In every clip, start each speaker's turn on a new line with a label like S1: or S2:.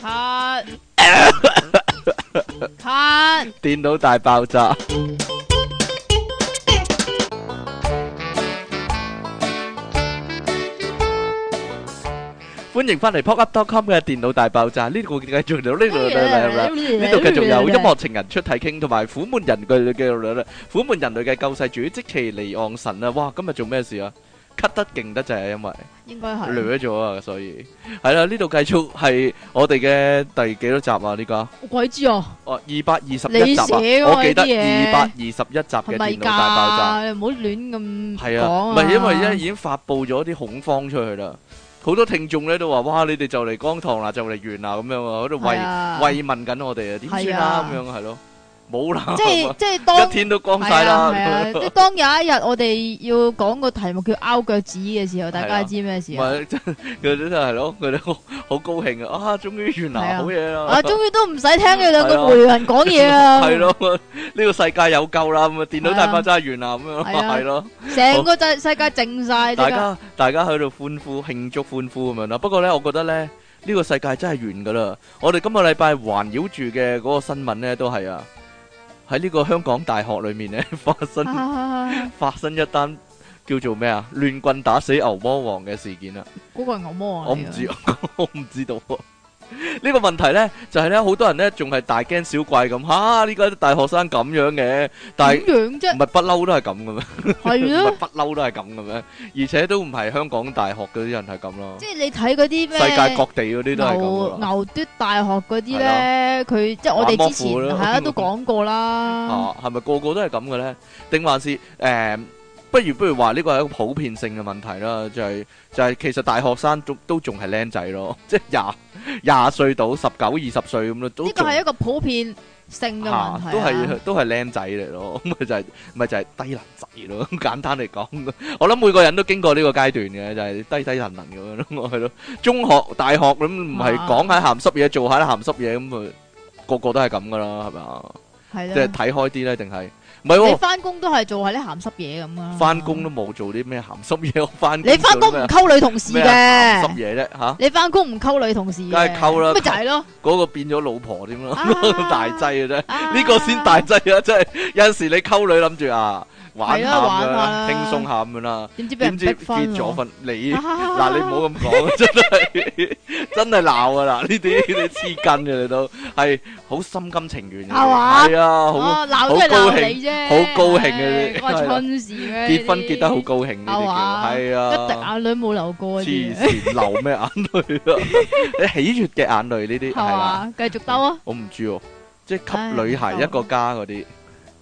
S1: 咳咳，
S2: 電腦大爆炸。歡迎翻嚟 pocket.com 嘅電腦大爆炸，呢度繼續到呢度啦，呢度繼續有音樂情人出體傾，同埋苦悶人類嘅苦悶人類嘅救世主即其離岸神啊！哇，今日做咩事啊？咳得勁得滯啊，因為。
S1: 應該係
S2: 掠咗啊，所以係啦，呢度繼續係我哋嘅第幾多集啊？呢個
S1: 我鬼知啊，
S2: 哦，二百二十一集
S1: 你
S2: 啊，
S1: 寫喎
S2: 我記得
S1: 呢啲嘢
S2: 二百二十一集嘅
S1: 係
S2: 電
S1: 咪
S2: 腦大爆炸
S1: 㗎？你唔好亂咁
S2: 係
S1: 講
S2: 啊，唔係因為咧已經發布咗啲恐慌出去啦，好多聽眾咧都話：哇，你哋就嚟光堂啦，就嚟完啦咁樣啊，喺度
S1: 係啊
S2: 慰慰問緊我哋啊，點算
S1: 係啊
S2: 啊？咁樣係咯，冇啦，
S1: 即 係即係當
S2: 一天都光晒
S1: 係啊係
S2: 啦
S1: 啊，。即係當有一日我哋要講個題目叫拗腳趾嘅時候，大家知咩事
S2: 唔
S1: 啊？
S2: 係，真佢哋都係咯，佢哋好好高興啊！啊，終於完
S1: 係啊
S2: 啦，好嘢啦！
S1: 啊，終於都唔使聽佢兩 À，個媒人講嘢 啊！
S2: 系，咯，呢個世界有救啦，咁啊，電腦大爆炸完啦，咁樣
S1: 係啊
S2: 係咯，
S1: 成個世世界靜晒，
S2: 大
S1: 即刻
S2: 家大家喺度歡呼慶祝歡呼咁樣啦。不過咧，我覺得咧呢個世界真係完噶啦。我哋今個禮拜環繞住嘅嗰個新聞咧，都係啊喺呢個香港大學裏面咧 發生
S1: 啊
S2: 發生一單叫做咩啊亂棍打死牛魔王嘅事件啊。
S1: 嗰個係牛魔啊！
S2: 我唔知， 我唔知道喎。呢個問題呢，就係呢，好多人呢仲係大驚小怪咁，吓呢個大學生咁樣嘅，但係
S1: 點樣
S2: 唔
S1: 啫？
S2: 係不嬲都係咁嘅咩？
S1: 係
S2: 唔係
S1: 咯，
S2: 不嬲都係咁嘅咩？而且都唔係香港大學嗰啲人係咁咯，
S1: 即係你睇嗰啲咩
S2: 世界各地嗰啲都係
S1: 牛
S2: 咁噶啦。
S1: 牛嘟大學嗰啲咧，佢即係我哋之前
S2: 玩魔褲
S1: 係
S2: 啦
S1: 啊都講過啦，
S2: 啊，係咪個個都係咁嘅呢？定還是誒？不如不如話呢個係一個普遍性嘅問題啦，就係、就係、其實大學生都都仲係僆仔咯，即係廿廿歲到十九二十歲咁咯，都
S1: 呢個
S2: 仲
S1: 係一個普遍性嘅問題
S2: 嚇
S1: 啊
S2: 都係都係僆仔嚟咯， 咪就係咪就係低能仔咯。咁簡單嚟講， 我諗每個人都經過呢個階段嘅，就係、低低能能咁樣咯，係咯。中學、大學咁唔係
S1: 啊
S2: 講下鹹濕嘢，做下鹹濕嘢咁啊，個個都係咁噶啦，係咪啊？即
S1: 係
S2: 係
S1: 啦，
S2: 睇開啲咧，定係唔係
S1: 你
S2: 喎？
S1: 翻工都係做下啲鹹濕嘢咁啊，
S2: 翻工都冇做啲咩鹹濕嘢，我翻
S1: 你翻工唔溝女同事
S2: 咩啊鹹濕
S1: 嘅，
S2: 嘢啫嚇，
S1: 你翻工唔溝女同事嘅，
S2: 梗係溝啦
S1: 咪就係咯，
S2: 嗰個變咗老婆添咯，
S1: 啊
S2: 大劑嘅啫。
S1: 呢
S2: 呢個先大劑啊！真係有陣時你溝女諗住啊，玩下
S1: 係啊玩
S2: 咁
S1: 下
S2: 樣
S1: 啦
S2: 啦，輕鬆下咁樣啦，
S1: 點知俾人
S2: 點
S1: 逼啊
S2: 知
S1: 婚
S2: 結咗 婚你
S1: 喎。嗱
S2: 嗱你唔好咁講，真係 真係鬧啊！嗱呢 啲你黐筋嘅你都係好心甘情願嘅，
S1: 係嘛
S2: 係啊，好
S1: 哦鬧都係鬧你啫，
S2: 好高興 嘅
S1: 關春事咩？
S2: 結婚
S1: 呢啲
S2: 結得好高興呢啲
S1: 係嘛
S2: 叫係
S1: 一滴
S2: 啊，
S1: 眼淚冇流過嗰
S2: 黐
S1: 啲 嘢，
S2: 線流咩眼 淚啊？你喜悅嘅眼淚呢啲
S1: 係
S2: 係啦。
S1: 嘛？繼續兜啊！
S2: 我唔知喎，即
S1: 唉
S2: 係給女孩一個家嗰啲。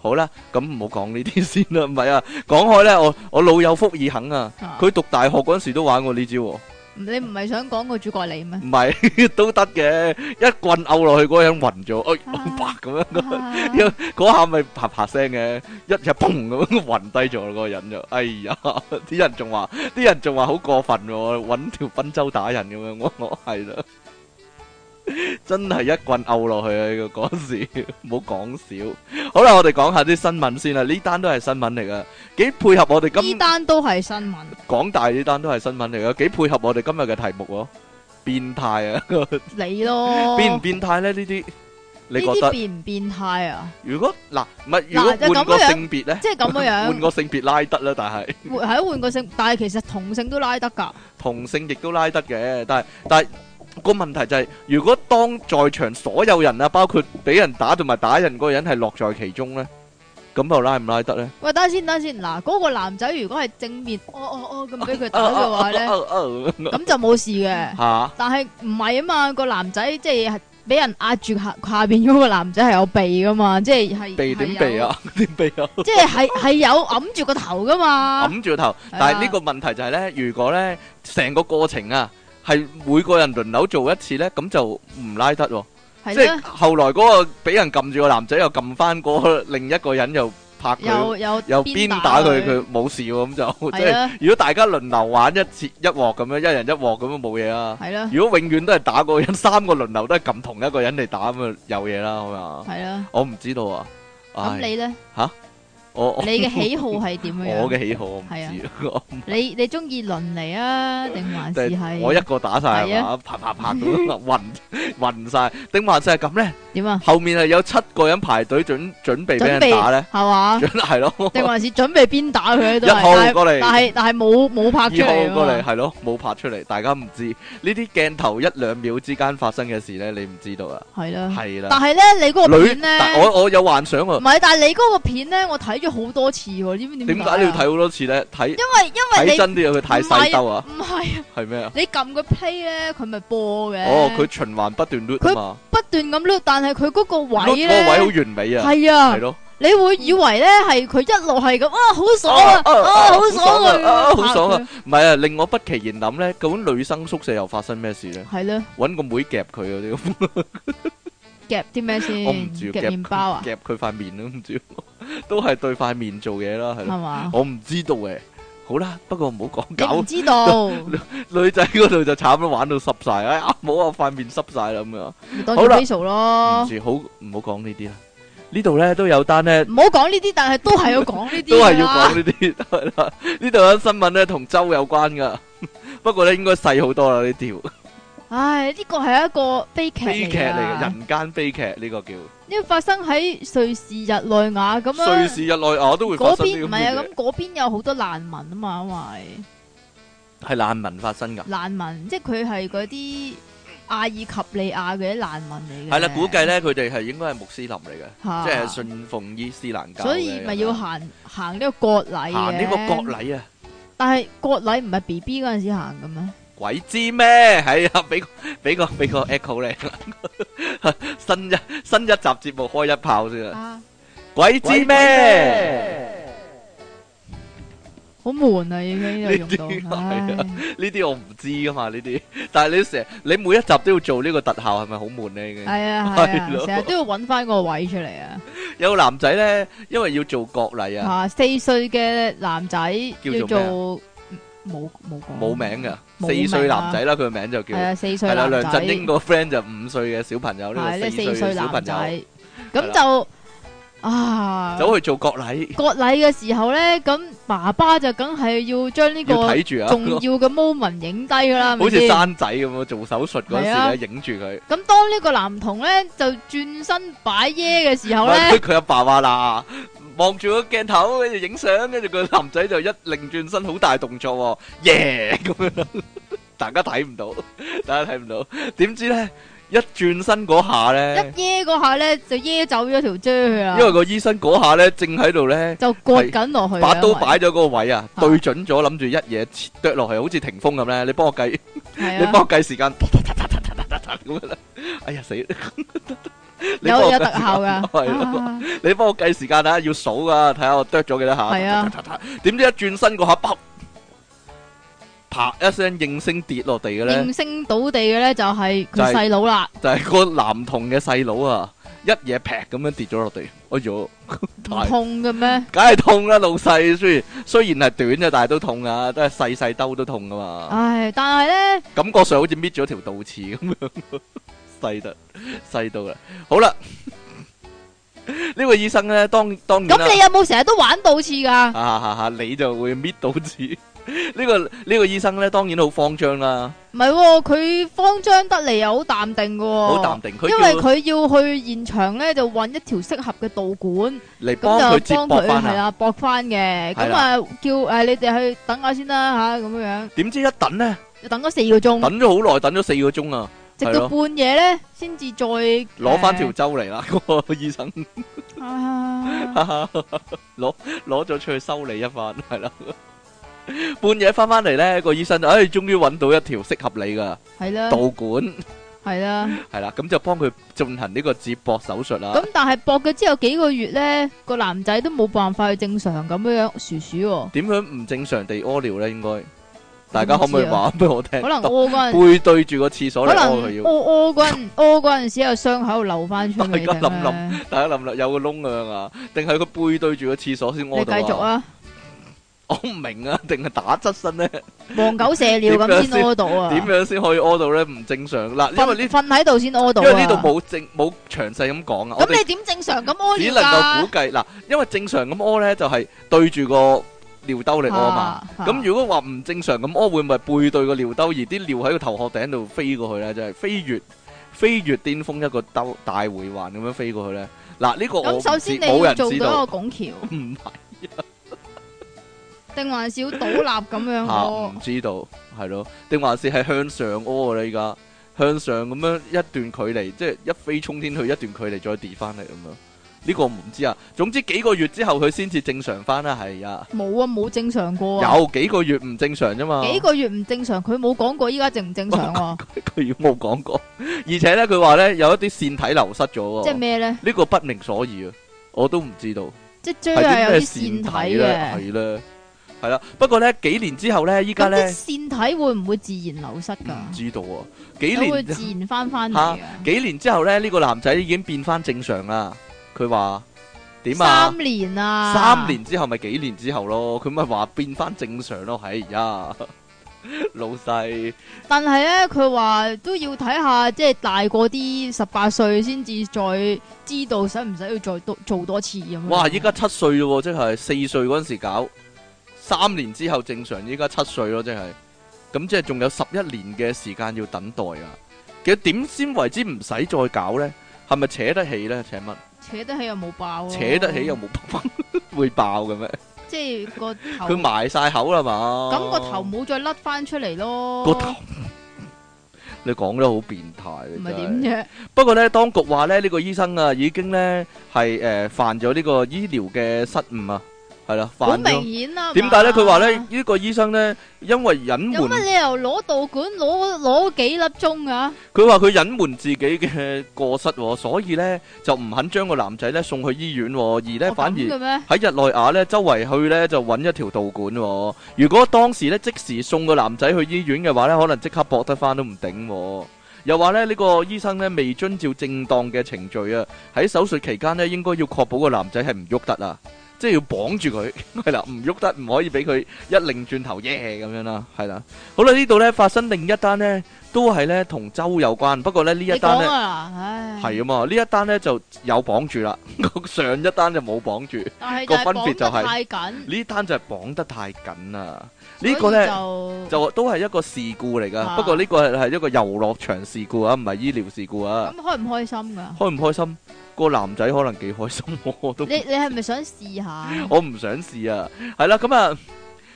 S2: 好啦，咁唔好講呢啲先啦，唔 係啊，講開咧，我我老友福爾肯啊，
S1: 啊
S2: 佢讀大學嗰陣時都玩過呢招喎，唔
S1: 你唔係想講個主角係你咩？
S2: 係都得嘅，一棍毆落去嗰個人暈咗，哎，
S1: 啊
S2: 白 咁樣，
S1: 啊
S2: 嗰下咪啪啪聲嘅，一日砰咁樣暈低咗嗰個人就，哎呀，啲人仲話，啲人仲話好過分喎，揾條賓州打人咁樣，我我係啦，真係一棍毆落去啊！呢個嗰時 唔好講笑。好啦，我哋講下啲新聞先啦，呢單都係新聞嚟噶，幾配合我哋
S1: 呢
S2: 今
S1: 單都係新聞，
S2: 港大呢單都係新聞嚟噶，幾配合我哋今日嘅題目喎，變態啊，
S1: 你咯，
S2: 變唔變態呢？呢啲你
S1: 呢
S2: 覺
S1: 啲
S2: 得？
S1: 變唔變態啊？
S2: 如果嗱，唔係如果
S1: 嗱就
S2: 換
S1: 咁
S2: 個
S1: 樣
S2: 性別咧？
S1: 即係咁樣
S2: 換
S1: 樣，
S2: 個性別拉得啦，但係
S1: 換係啊換個性，但係其實同性都拉得㗎，
S2: 同性亦都拉得嘅，但係但係個問題就係、如果當在場所有人啊，包括俾人打同埋打人嗰個人係樂在其中呢，咁又拉唔拉得呢？
S1: 喂，等下先，等下先，嗱，嗰個男仔如果係正面，哦哦哦咁俾佢打嘅話 咧，咁就冇事嘅。
S2: 嚇
S1: 但係唔係啊嘛，個男仔即係俾人壓住下下邊嗰個男仔係有避噶嘛，即係係
S2: 避點避？啊？ 點避
S1: 係
S2: 啊？
S1: 有即係係 係有揞住個頭噶嘛？
S2: 揞住個頭，但係呢個問題就係呢，如果呢成個過程啊係每個人輪流做一次呢，咁就唔拉得喎。
S1: 係
S2: 即
S1: 咧
S2: 係，後來嗰個俾人撳住個男仔又撳翻個另一個人又拍佢。
S1: 又又
S2: 又
S1: 鞭
S2: 邊打佢，
S1: 佢
S2: 佢冇事喎，咁就 即
S1: 係啊
S2: 係
S1: 啦
S2: 如果大家輪流玩一次一鑊咁樣，一人一鑊咁樣冇嘢啦。
S1: 係 啦
S2: 如果永遠都係打嗰個人，三個輪流都係撳同一個人嚟打咁啊，有嘢啦，好嘛？
S1: 係啦。
S2: 我唔知道啊，
S1: 咁
S2: 唉，
S1: 你咧？
S2: 我我
S1: 你嘅喜好係點樣樣？
S2: 我嘅喜好我唔
S1: 係啊
S2: 知， 我
S1: 你你中意鄰嚟啊，定還是
S2: 但
S1: 係
S2: 我一個打晒
S1: 係
S2: 係
S1: 啊
S2: 嘛，啪啪啪咁樣 暈暈晒，定還是係咁咧？
S1: 點啊？
S2: 後面係有七個人排隊準準備俾
S1: 準
S2: 人
S1: 備
S2: 打咧，
S1: 係 嘛？
S2: 準 係咯。
S1: 定還是準備鞭打佢都
S2: 一號
S1: 係，
S2: 過嚟
S1: 但係但係冇冇拍出
S2: 二
S1: 嚟
S2: 號過
S1: 㗎
S2: 嚟
S1: 嘛
S2: 係咯，冇拍出嚟，大家唔知呢啲鏡頭一兩秒之間發生嘅事咧，你唔知道啊，
S1: 係啦。
S2: 係
S1: 但
S2: 啦。
S1: 係咧，你嗰個
S2: 女
S1: 片，
S2: 但
S1: 咧，
S2: 我我有幻想
S1: 唔
S2: 啊，
S1: 係，但係你嗰個片咧，我睇咗好多次喎，你知唔知
S2: 點
S1: 點
S2: 解你
S1: 啊
S2: 要睇好多次咧？睇
S1: 因為因為
S2: 睇
S1: 你
S2: 真啲啊，佢太細兜啊，
S1: 唔係啊，
S2: 係咩啊？
S1: 你撳個 play 咧，佢咪播嘅。
S2: 哦，佢循環不斷 loop 啊嘛
S1: 不斷咁碌，但係佢嗰個
S2: l o
S1: 位
S2: o 嗰個位
S1: 咧，
S2: 好完美啊，
S1: 係啊
S2: 係，咯，
S1: 你會以為咧係佢一路係咁，啊好爽啊，
S2: 啊啊啊
S1: 啊好
S2: 好
S1: 爽
S2: 爽啊啊
S1: 啊，
S2: 啊好爽啊，唔係啊，令我不其然諗咧，究竟女生宿舍又發生咩事咧？
S1: 拍佢，係咯，
S2: 揾個妹夾佢嗰啲，
S1: 夾啲咩先？
S2: 我唔知
S1: 夾麵包啊，
S2: 夾佢塊面都唔知， 都係對塊面做嘢啦，係咯。
S1: 係嘛？
S2: 我唔知道嘅。好啦，不過唔好
S1: 你唔
S2: 講
S1: 知 道，
S2: 狗，女仔嗰度就慘啦，玩到濕晒，哎呀，冇啊，塊面濕晒啦咁樣，
S1: 咪當住
S2: 好啦
S1: facial
S2: 唔
S1: 咯。
S2: 住好唔好講呢啲啦。呢度咧都有單咧，
S1: 唔好講呢啲，但係都係要講呢啲
S2: 都
S1: 㗎啦
S2: 係要講呢啲，係啦。呢度有新聞咧同州有關噶， 不過咧應該細好多啦呢條
S1: 唉，呢個係一個悲劇
S2: 悲劇嚟嘅，
S1: 㗎，
S2: 人間悲劇呢個叫。
S1: 呢個發生喺瑞士日內瓦咁
S2: 瑞
S1: 樣。
S2: 士日內瓦都會發
S1: 嗰
S2: 生
S1: 邊
S2: 呢
S1: 唔
S2: 咁
S1: 係
S2: 嘅
S1: 啊，
S2: 嘢
S1: 咁，嗰邊有好多難民啊嘛，因為。
S2: 係難民發生噶。
S1: 難民，即係佢係嗰啲阿爾及利亞嗰啲難民嚟嘅。
S2: 係啦，估計咧佢哋係應該係穆斯林嚟嘅，
S1: 嚇，
S2: 即係信奉伊斯蘭教嘅。
S1: 所以咪要行行呢個割禮
S2: 行呢個國
S1: 禮，
S2: 禮啊！
S1: 但係割禮唔係 B B 嗰陣時行嘅咩？
S2: 鬼知咩？ 係啊，俾個俾個俾個 echo 你， 新一新一集節目開一炮先啊！
S1: 啊，
S2: 鬼知咩？
S1: 好悶啊，已經呢度用
S2: 呢啲
S1: 到，
S2: 係啊
S1: 唉
S2: 呢啲我唔知噶嘛，呢啲。但係你成你每一集都要做呢個特效，係咪好悶呢？已經
S1: 係啊係啊
S2: 係，咯
S1: 成日都要揾翻個位出嚟啊！
S2: 有個男仔呢，因為要做國禮啊，
S1: 啊，四歲嘅男仔
S2: 叫
S1: 叫
S2: 做咩啊
S1: 做冇冇講
S2: 冇名噶，
S1: 冇
S2: 四
S1: 名啊
S2: 歲男仔啦，佢個名就叫
S1: 係啊，四歲
S2: 係啦。
S1: 男仔
S2: 梁振英個 friend 就五歲嘅小朋友，呢
S1: 係
S2: 個
S1: 呢
S2: 四
S1: 四
S2: 歲嘅
S1: 歲
S2: 小
S1: 男
S2: 朋友
S1: 仔，咁就啊
S2: 走去做國禮，
S1: 割禮嘅時候咧，咁爸爸就梗係要將呢
S2: 要
S1: 個
S2: 睇住啊，
S1: 重要嘅 moment 影低㗎啦，係
S2: 好
S1: 咪
S2: 似
S1: 先？
S2: 生仔咁啊，做手術嗰
S1: 係啊
S2: 時咧影住佢。
S1: 咁當呢個男童咧就轉身擺耶嘅時候
S2: 唔係
S1: 咧，
S2: 佢佢阿爸話啦，望住個鏡頭跟住影相，跟住個男仔就一擰轉身，好大動作喎，耶咁樣啦， 大家睇唔到，大家睇唔到，點知咧一轉身嗰下咧，
S1: 一耶嗰下咧就耶走咗條啫佢
S2: 因為
S1: 啦，
S2: 個醫生嗰下咧正喺度咧。
S1: 就割緊落去啊。
S2: 把刀
S1: 因為
S2: 擺咗嗰個位啊，
S1: 啊
S2: 對準咗，諗住一嘢切剁落去，好似霆鋒咁咧。你幫我計，
S1: 係
S2: 你幫
S1: 啊，
S2: 我計時間，咁樣啦。 哎呀死！你幫
S1: 有
S2: 我
S1: 有
S2: 計
S1: 特效
S2: 係咯
S1: 㗎，啊
S2: 你幫我計時間啊，要數噶，睇下我剁咗幾多下。
S1: 係啊
S2: 嗒，嗒嗒嗒點知一轉身個下，啪，啪一聲應聲跌落地嘅咧
S1: 應，聲倒地嘅咧就係
S2: 就
S1: 佢
S2: 係
S1: 細佬啦，
S2: 就係個男童嘅細佬啊，一嘢劈咁樣跌咗落地。哎呦，
S1: 唔
S2: 大
S1: 痛嘅咩？
S2: 梗係痛啦，老細。雖然雖然係短啊，但係都痛啊，都係細細兜都痛噶嘛。
S1: 唉，但係咧
S2: 感覺上好似搣咗條倒刺咁樣， 細得細到啦。好啦，呢個醫生咧，當當然啦
S1: 咁。你有冇成日都玩到次㗎？
S2: 啊哈哈！你就會搣到字。呢個呢個醫生咧，當然好慌張啦，
S1: 唔係喎，佢慌張得嚟又好淡定嘅喎，
S2: 好淡定。佢
S1: 因為
S2: 叫
S1: 佢要去現場咧，就揾一條適合嘅導管，
S2: 嚟幫
S1: 咁
S2: 佢
S1: 就
S2: 接
S1: 幫
S2: 駁
S1: 佢
S2: 翻
S1: 係
S2: 啊。
S1: 啦，駁翻嘅。
S2: 係
S1: 咁啊，叫誒你哋去等下先啦吓，咁樣樣
S2: 點知一等咧，
S1: 就等咗四個鐘，
S2: 等咗好耐，等咗四個鐘啊，
S1: 直
S2: 係
S1: 到
S2: 咯
S1: 半夜咧先至再攞
S2: 攞翻條周嚟啦。個醫生
S1: 啊，
S2: 攞攞咗出去修理一番，係啦。半夜翻翻嚟咧，個醫生就唉，終於揾到一條適合你噶
S1: 係啦，
S2: 導管，
S1: 係啦。
S2: 係啦，咁就幫佢進行呢個接駁手術啦。
S1: 咁但係駁咗之後幾個月咧，個男仔都冇辦法去正常咁樣樣薯薯喎，
S2: 點樣唔正常地屙尿咧？應該大家可唔可以話俾我聽？
S1: 可能屙嗰陣，
S2: 背對住個廁所
S1: 可
S2: 嚟屙佢
S1: 能
S2: 要。
S1: 屙屙嗰陣，屙嗰陣時有傷口流翻出嚟
S2: 大家
S1: 定
S2: 諗
S1: 咩
S2: 大家諗啦，有個窿咁樣啊，定係佢背對住個廁所先
S1: 你
S2: 屙
S1: 繼
S2: 到
S1: 續
S2: 啊？
S1: 啊，
S2: 我唔明啊，定係打側身咧？
S1: 黃狗射尿咁先屙到啊！
S2: 點樣先可以屙到咧？唔正常嗱，因為
S1: 瞓
S2: 呢，
S1: 瞓喺度先屙到
S2: 因
S1: 啊！
S2: 為呢度冇正冇詳細咁講啊，我
S1: 咁
S2: 哋
S1: 你點正常咁屙
S2: 只
S1: 尿
S2: 能夠
S1: 㗎
S2: 估？計嗱，因為正常咁屙咧就係對住個尿兜嚟屙嘛。
S1: 啊，
S2: 咁如果話唔正常咁屙，會唔會背對個尿兜而啲尿喺個頭殼頂度飛過去咧？就係飛越飛越巔峰一個兜大回環咁樣飛過去咧？嗱，呢個我唔
S1: 咁
S2: 知
S1: 首先你
S2: 冇
S1: 要
S2: 人
S1: 做到
S2: 知
S1: 一
S2: 道
S1: 個，拱橋，
S2: 唔係啊
S1: 定還是要倒立咁 樣
S2: 嚇唔
S1: 屙？
S2: 知道係咯？定還是係向上屙㗎咧？依家向上咁樣一段距離，即係一飛沖天去一段距離，再跌翻嚟咁樣。呢個我唔知啊。總之幾個月之後佢先至正常翻啦。係啊，
S1: 冇啊，冇正常過啊！
S2: 有啊幾個月唔正常啫嘛。
S1: 幾個月唔正常，佢冇講過依家正唔正 常
S2: 哦
S1: 喎？
S2: 佢冇講過，而且咧佢話咧有一啲腺體流失咗
S1: 即係
S2: 喎，
S1: 咩咧？
S2: 呢個不明所以啊，我都唔知道
S1: 即係追
S2: 係
S1: 係
S2: 啲
S1: 有
S2: 咩
S1: 啲腺體
S2: 咧，
S1: 嘅，
S2: 係咧，係啦。不過咧幾年之後咧，依家
S1: 咁啲
S2: 咧
S1: 腺體會唔會自然流失㗎？
S2: 唔知道啊，幾
S1: 佢會
S2: 年
S1: 自然翻翻嚟啊？
S2: 幾年之後咧，呢個男仔已經變翻正常啦。佢話點啊
S1: 三？年啊，
S2: 三年之後咪幾年之後咯，佢咪話變翻正常咯。係呀， 老細
S1: 但系咧，佢話都要睇下，即係大過啲十八歲先至再知道使唔使要再多做多次咁樣。
S2: 哇！依家七歲咯喎，即係四歲嗰陣時搞，三年之後正常，依家七歲咯，即係咁即係仲有十一年嘅時間要等待啊！其實點先為之唔使再搞呢？係咪扯得起呢？請問
S1: 扯得起又冇爆咯，
S2: 扯得起又冇 會爆嘅咩？
S1: 即係個頭，
S2: 佢啊埋晒口啦嘛？
S1: 咁個頭冇再甩翻出嚟咯。
S2: 個頭， 你講得好變態，
S1: 唔
S2: 你
S1: 係
S2: 真
S1: 點
S2: 係
S1: 啫？
S2: 不過咧，當局話咧，呢、個醫生啊，已經咧係誒犯咗呢個醫療嘅失誤啊，係啦，
S1: 好
S2: 犯咗。
S1: 明顯啦。
S2: 點解咧？
S1: 嘛
S2: 佢話咧，呢、個醫生咧，因為隱
S1: 有乜
S2: 瞞，
S1: 理由攞導管攞攞幾粒鐘噶？
S2: 佢話佢隱瞞自己嘅過失、喎，所以咧就唔肯將個男仔咧送去醫院、喎，而咧
S1: 我
S2: 反
S1: 哦咁
S2: 而
S1: 嘅咩？
S2: 喺日內瓦咧周圍去咧就揾一條導管、喎。如果當時咧即時送個男仔去醫院嘅話咧，可能即刻搏得翻都唔頂、喎。又話咧呢、個醫生咧未遵照正當嘅程序啊，喺手術期間咧應該要確保個男仔係唔喐得啊，即係要綁住佢 係啦，唔喐得，唔可以俾佢一擰轉頭耶咁樣啦，係啦。好啦，呢度咧發生另一單呢，都係咧同州有關，不過咧呢
S1: 你
S2: 一
S1: 講
S2: 單咧。
S1: 啊嗱，唉，
S2: 係啊嘛，呢一單呢就有綁住啦， 上一單就冇綁住，
S1: 但係
S2: 個
S1: 就係
S2: 分別
S1: 綁
S2: 就
S1: 得
S2: 係
S1: 太緊，
S2: 呢單就係綁得太緊啦。
S1: 所以
S2: 呢個呢。
S1: 就
S2: 就都係一個事故嚟噶，
S1: 啊
S2: 不過呢個係係一個遊樂場事故啊，唔係醫療事故啊
S1: 咁。開唔開心噶？
S2: 開唔開心？個男仔可能幾開心， 我都
S1: 你你係咪想試下？啊
S2: 我唔想試啊。係啦，咁啊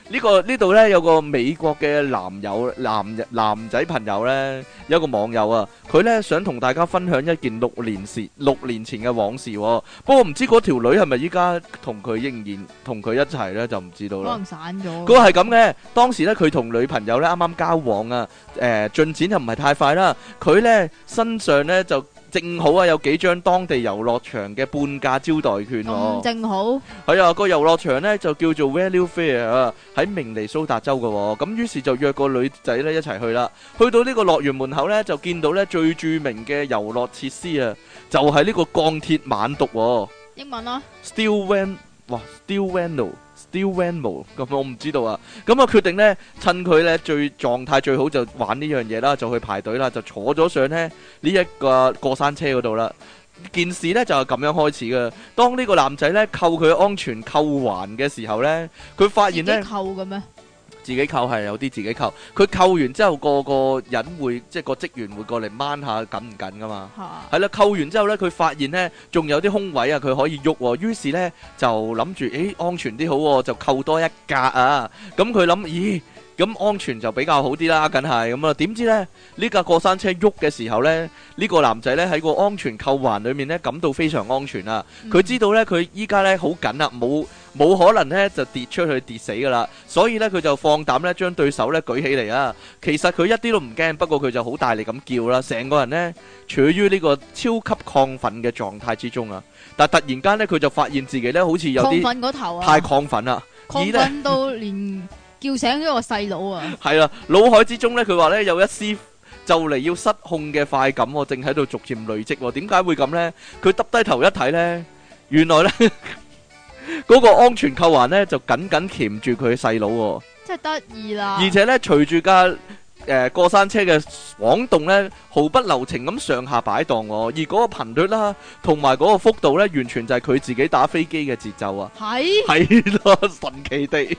S2: 呢個呢度呢，有個美國嘅男友男男仔朋友呢，有一個網友啊，佢呢想同大家分享一件六年前六年前嘅往事、喎。不過唔知嗰條女係咪依家同佢仍然同佢一齊呢，就唔知道
S1: 可
S2: 啦。
S1: 能散咗。
S2: 佢係咁嘅，當時咧佢同女朋友咧啱啱交往啊，誒、進展又唔係太快啦。佢咧身上咧就正好啊有幾張當地遊樂場嘅半價招待券喎、
S1: 咁正好，
S2: 係啊，個遊樂場咧就叫做 Value Fair 啊，喺明尼蘇達州嘅喎、咁於是就約個女仔咧一齊去啦。去到呢個樂園門口咧，就見到咧最著名嘅遊樂設施啊，就係、呢個鋼鐵猛毒喎、
S1: 英文啦，
S2: Steel Van，哇，Steel Vano，Steel Vano，咁我唔知道啊。咁啊，決定呢，趁佢呢最狀態最好就玩呢樣嘢啦，就去排隊啦，就坐咗上呢呢一個過山車嗰度啦。件事呢就係咁樣開始嘅。當呢個男仔呢扣佢安全扣環嘅時候呢，佢發
S1: 自
S2: 現
S1: 己
S2: 呢。
S1: 扣嘅咩？
S2: 自己扣係有啲自己扣，佢扣完之後個個人會即係個職員會過嚟掹下緊唔緊噶嘛。
S1: 吓，
S2: 係啦，扣完之後呢，佢發現呢仲有啲空位啊，佢可以喐、喎。於是呢，就諗住，咦，安全啲好、喎，就扣多一格啊。咁佢諗，咦，咁安全就比較好啲啦，梗係咁啊。點知呢，呢架過山車喐嘅時候呢，呢、個男仔呢喺個安全扣環裡面呢，感到非常安全啊。
S1: 嗯
S2: 佢知道咧，佢依家咧好緊啦，冇冇可能咧就跌出去跌死噶啦，所以咧佢就放膽咧將對手咧舉起嚟啊！其實佢一啲都唔驚，不過佢就好大力咁叫啦，成個人咧處於呢個超級亢奮嘅狀態之中啊！但突然間咧，佢就發現自己咧好似有
S1: 亢
S2: 啲
S1: 奮嗰頭啊，
S2: 太亢奮啦。
S1: 亢
S2: 而
S1: 奮啊到連叫醒咗個細佬啊！
S2: 係啦，腦海之中咧，佢話咧有一絲就嚟要失控嘅快感喎，正喺度逐漸累積喎。點解會咁咧？佢耷低頭一睇咧，原來咧 嗰個安全扣環咧就緊緊鉗住佢細佬喎。
S1: 真係得意啦。
S2: 而且咧，隨住架誒過山車嘅晃動咧，毫不留情咁上下擺盪喎，而嗰個頻率啦，同埋嗰個幅度咧，完全就係佢自己打飛機嘅節奏啊！
S1: 係
S2: 係咯，神奇地，誒誒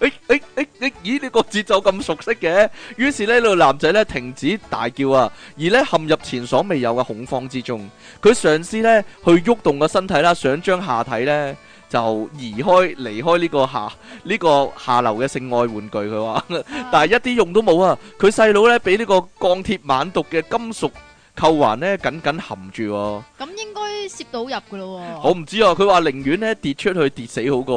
S2: 誒誒，咦？呢個節奏咁熟悉嘅，於是呢呢個男仔咧停止大叫啊，而咧陷入前所未有嘅恐慌之中。佢嘗試咧去喐動個身體啦，想將下體咧就移開離開呢個下呢、個下流嘅性愛玩具。佢話，但係一啲用都冇啊！佢細佬咧俾呢個鋼鐵猛毒嘅金屬扣環咧緊緊含住喎。
S1: 咁應該攝到入噶咯喎。
S2: 我唔知啊，佢話寧願咧跌出去跌死好過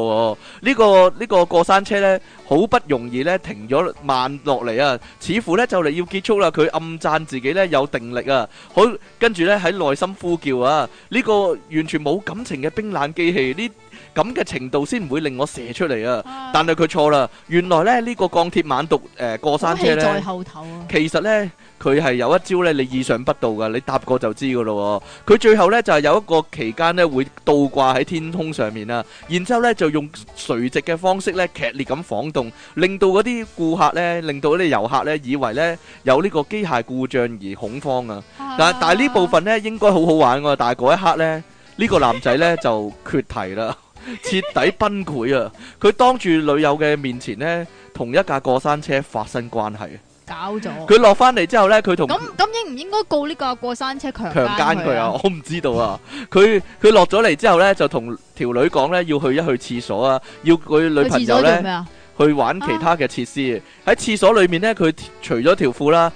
S2: 喎。呢、個呢、個過山車咧，好不容易咧停咗慢落嚟啊，似乎咧就嚟要結束啦。佢暗讚自己咧有定力啊，好跟住咧喺內心呼叫啊，呢、個完全冇感情嘅冰冷機器，呢咁嘅程度先唔會令我射出嚟啊。
S1: 啊
S2: 但係佢錯啦，原來咧呢、個鋼鐵猛毒誒、呃、過山
S1: 好
S2: 車
S1: 戲
S2: 咧
S1: 在。後頭啊。
S2: 其實呢，佢係有一招呢，你意想不到噶，你搭過就知噶咯喎。佢最後呢，就係、有一個期間呢，會倒掛喺天空上面啦，然之後呢，就用垂直嘅方式呢，劇烈咁晃動，令到嗰啲顧客呢，令到嗰啲遊客呢，以為呢有呢個機械故障而恐慌啊。但但係呢部分呢，應該好好玩喎，但係嗰一刻呢，呢、個男仔呢，就缺題啦。 徹底崩潰啊！佢當住女友嘅面前呢，同一架過山車發生關係。
S1: 搞咗。
S2: 佢落翻嚟之後呢，佢同
S1: 咁咁應唔應該告呢個過山車強
S2: 強姦
S1: 姦
S2: 佢
S1: 佢
S2: 啊！？我唔知道啊。佢佢落咗嚟之後呢，就同條女講呢，要去一去廁所啊，要佢女
S1: 去
S2: 朋
S1: 廁
S2: 友
S1: 所做
S2: 呢
S1: 咩啊？
S2: 去玩其他嘅設施。喺廁所裏面呢，佢除咗條褲啦，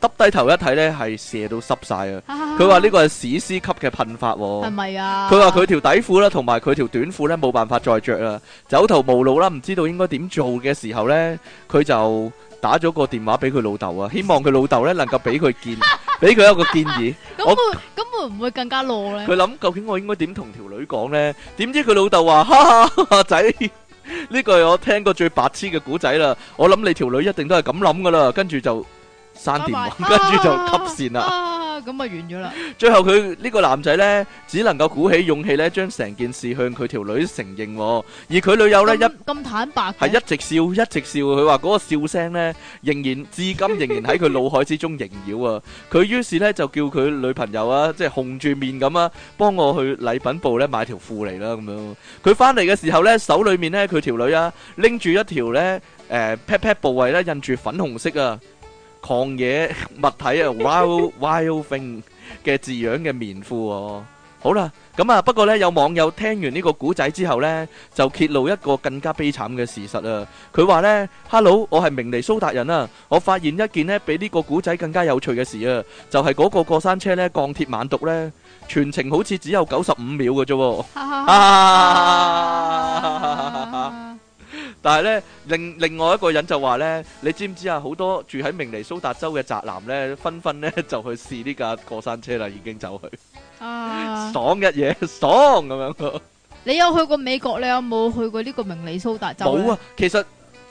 S2: 耷低頭一睇呢，係射到濕晒啊！佢
S1: 佢
S2: 話呢個係史詩級嘅噴發喎、
S1: 係咪啊？
S2: 佢話佢條底褲啦，同埋佢條短褲咧冇辦法再着啦，走投無路啦，唔知道應該點做嘅時候呢，佢就打咗個電話俾佢老豆啊，希望佢老豆呢能夠俾佢建，俾佢一個建議。
S1: 咁
S2: 我
S1: 會咁會唔會更加攞咧？
S2: 佢諗究竟我應該點同條女講呢？點知佢老豆話：哈哈，仔，呢句我聽過最白痴嘅古仔啦。我諗你條女一定都係咁諗噶啦，跟住就刪電話， 跟住就吸線啦。
S1: 啦。咁啊完咗啦。
S2: 最後佢呢個男仔呢，只能夠鼓起勇氣呢，將成件事向佢條女承認喎。而佢女友呢，一
S1: 咁咁坦白嘅
S2: 係一直笑，一直笑。佢話嗰個笑聲呢，仍然至今仍然喺佢腦海之中縈繞啊。佢於是呢，就叫佢女朋友啊，即係紅住面咁啊，幫我去禮品部呢買條褲嚟啦咁樣。佢翻嚟嘅時候呢，手裏面呢，佢條女啊拎住一條呢誒 pat pat 部位呢，印住粉紅色啊狂野物體啊 wild wild thing 嘅字樣嘅棉褲喎。好啦，咁啊，不過呢，有網友聽完呢個古仔之後呢，就揭露一個更加悲慘嘅事實啊！佢話呢 h e l l o 我係明尼蘇達人啊！我發現一件呢，比呢個古仔更加有趣嘅事啊，就係、嗰個過山車呢，鋼鐵猛毒呢，全程好似只有九十五秒嘅啫喎。
S1: 哈哈哈
S2: 啊！ 但係咧，另另外一個人就話咧，你知唔知啊？好多住喺明尼蘇達州嘅宅男咧，紛紛咧 就去試呢架過山車啦，已經走去，
S1: 啊！
S2: 爽一嘢，爽咁樣。
S1: 你有去過美國？你有冇去過呢個明尼蘇達州？
S2: 冇！啊，其實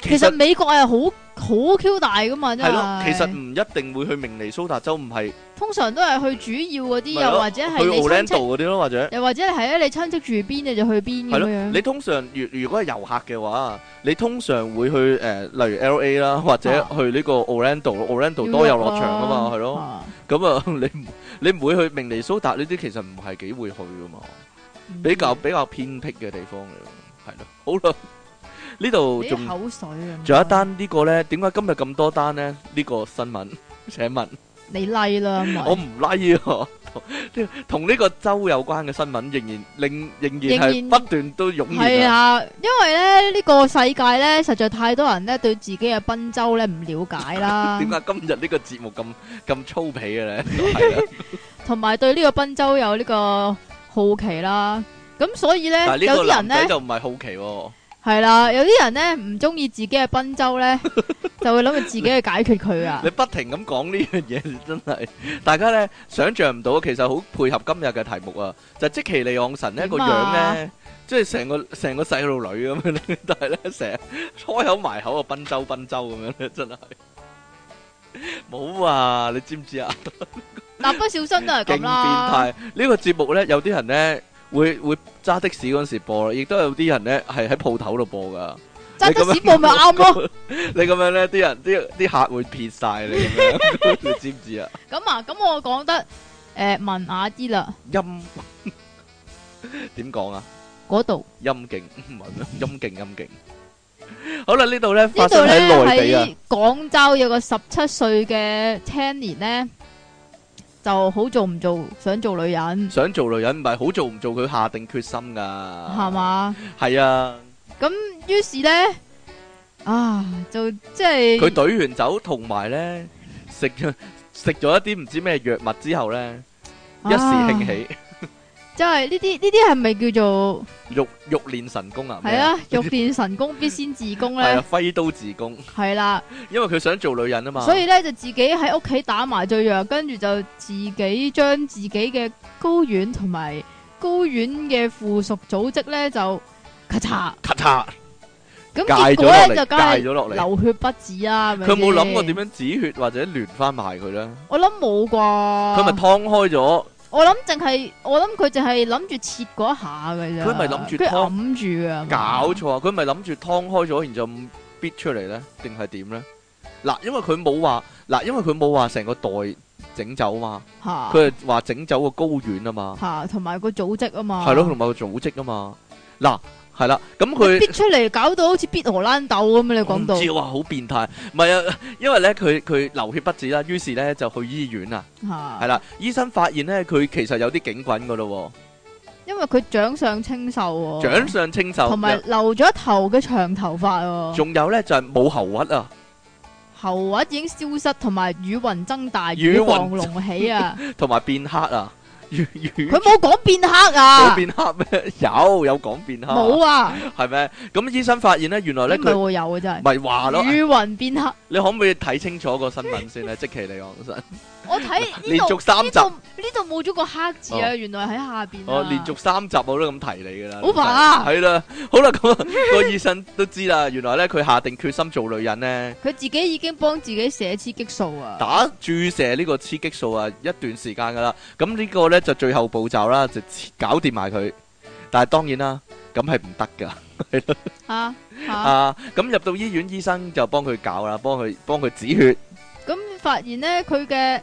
S1: 其
S2: 其
S1: 實
S2: 實
S1: 美國係好好 Q 大噶嘛，真
S2: 係咯，
S1: 係。
S2: 其實唔一定會去明尼蘇達州，唔係
S1: 通常都係去主要嗰啲，
S2: 咪係咯
S1: 又或者係
S2: 去
S1: 你親
S2: Orlando
S1: 戚，
S2: 嗰啲咯，或者
S1: 又或者係啊，你親戚住邊你就去邊
S2: 係
S1: 咁
S2: 咯。
S1: 樣。
S2: 你通常如如果係遊客嘅話，你通常會去誒，例如 LA 啦，或者
S1: 啊
S2: 去呢個 Orlando，Orlando 多遊樂場啊嘛，係咯。
S1: 啊，
S2: 咁啊， 你唔你唔會去明尼蘇達呢啲，其實唔係幾會去噶嘛，
S1: 嗯
S2: 比較比較偏僻嘅地方嚟咯，係咯，好啦，呢度
S1: 俾
S2: 仲
S1: 口水啊！
S2: 仲有一單呢個呢，點解今日咁多單呢？呢個新聞， 請問
S1: 你拉啦，咪
S2: 我唔拉啊，同 同呢個州有關嘅新聞仍然令仍然
S1: 仍
S2: 係
S1: 然
S2: 不斷都湧
S1: 系
S2: 現啊，
S1: 啊，因為咧呢、個世界咧，實在太多人咧對自己嘅賓州咧唔了解啦，
S2: 點解啊今日呢個節目咁咁粗鄙嘅 呢？係啦，
S1: 同埋對呢個賓州有呢個好奇啦。咁所以咧，
S2: 但係呢
S1: 有
S2: 個
S1: 啲人
S2: 男仔
S1: 咧
S2: 就唔係好奇喎。
S1: 係啦，有啲人咧唔中意自己嘅賓州 咧，就會諗住自己去解決佢啊
S2: 你。不停咁講呢樣嘢，真係大家咧想像唔到，其實好配合今日嘅題目啊！就係即其利昂神呢個
S1: 點啊
S2: 樣咧，即係成個成個細路女咁樣咧，但係咧成日開口埋口啊，賓州賓州咁樣咧， 真係冇啊！你知唔知啊？
S1: 蠟筆小新都係咁
S2: 勁變
S1: 啦，
S2: 態！呢個節目咧，有啲人咧會會揸的士嗰陣時播啦，亦都有啲人咧係喺鋪頭度播噶。
S1: 揸的士部咪啱咯。
S2: 你咁樣咧，啲人啲啲客會撇晒你咁樣，你知唔知啊？
S1: 咁啊，咁我講得诶文雅啲啦，
S2: 陰點講啊？
S1: 嗰度
S2: 陰勁唔係咩 陰勁陰勁。好啦，呢度咧
S1: 呢
S2: 發
S1: 度
S2: 生
S1: 咧
S2: 喺內地啊
S1: 喺。廣州有個十七歲嘅青年咧，就好做唔做想做女人
S2: 想做女人唔係好做唔做，佢下定決心噶，
S1: 係？嘛？
S2: 係啊，
S1: 咁於是咧啊，就即係
S2: 佢懟完酒同埋咧食咗食咗一啲唔知咩藥物之後咧，一時興
S1: 啊，
S2: 起，
S1: 即係呢啲呢啲係咪叫做
S2: 欲欲練神功啊，
S1: 係啊？欲練神功必先自宮
S2: 咩啊，係
S1: 咧
S2: 啊，，揮刀自宮，
S1: 係啦。
S2: 因為佢想做女人啊嘛，
S1: 所以咧就自己喺屋企打麻醉藥，跟住就自己將自己嘅睾丸同埋睾丸嘅附屬組織咧就咔嚓，
S2: 咔嚓，
S1: 咁結
S2: 戒咗
S1: 果
S2: 落嚟
S1: 咧就梗係
S2: 戒咗落嚟
S1: 流血不止啊！
S2: 佢冇諗過點
S1: 樣？
S2: 樣止血或者連翻埋佢咧，
S1: 我諗冇啩，
S2: 佢咪劏開咗，
S1: 我諗淨係我諗佢淨係諗住切嗰一下嘅啫，
S2: 佢咪諗住
S1: 佢
S2: 劏
S1: 揞住啊！
S2: 搞錯啊！佢咪諗住劏開咗，然之後逼出嚟咧，定係點咧？嗱，因為佢冇話，嗱，因為佢冇話成個袋整走啊嘛。
S1: 吓
S2: 佢係話整走個睾丸啊嘛，
S1: 吓，同埋個組織啊嘛，
S2: 係咯，同埋個組織啊嘛。嗱，係啦，咁
S1: 佢
S2: 佢
S1: 逼出嚟搞到好似逼荷蘭豆咁啊！你
S2: 我唔
S1: 講到
S2: 知哇，好變態。唔係啊，因為咧佢佢流血不止啦，於是咧就去醫院啊，係
S1: 吓，
S2: 啦。醫生發現咧佢其實有啲警棍噶咯
S1: 因為佢長相清秀
S2: 喎，
S1: 喎，
S2: 掌上清秀，
S1: 哦同埋留咗頭嘅長頭髮喎，
S2: 仲有咧就係冇喉核啊，
S1: 喉核已經消失，同埋雨雲增大，
S2: 雨
S1: 雨
S2: 雲
S1: 防隆起 啊！
S2: 同埋變黑啊， 乳乳
S1: 佢冇講變黑
S2: 冇
S1: 啊，
S2: 變黑咩？ 有有講變黑，
S1: 冇啊，
S2: 係咩？咁醫生發現咧，原來咧
S1: 咁咪
S2: 佢
S1: 會有啊真係。
S2: 咪 話咯，
S1: 雨雲變黑，
S2: 你可唔可以睇清楚個新聞先咧？即其你昂身。
S1: 我 睇呢
S2: 連
S1: 度
S2: 續三
S1: 呢
S2: 集
S1: 度呢度冇咗個黑字啊，原來喺下邊
S2: 哦，
S1: 啊。
S2: 連續三集我都咁提你噶啦，
S1: 好煩啊
S2: 係啦，好啦，咁啊 個醫生都知啦，原來咧佢下定決心做女人咧，
S1: 佢自己已經幫自己寫雌激素啊，
S2: 打注射呢個雌激素啊一段時間噶啦，咁呢個咧就最後步驟啦，就切搞掂埋佢，但係當然啦，咁係唔得噶。
S1: 吓吓
S2: 啊，咁入到醫院，醫生就幫佢搞啦，幫佢幫佢止血，
S1: 咁發現呢，佢嘅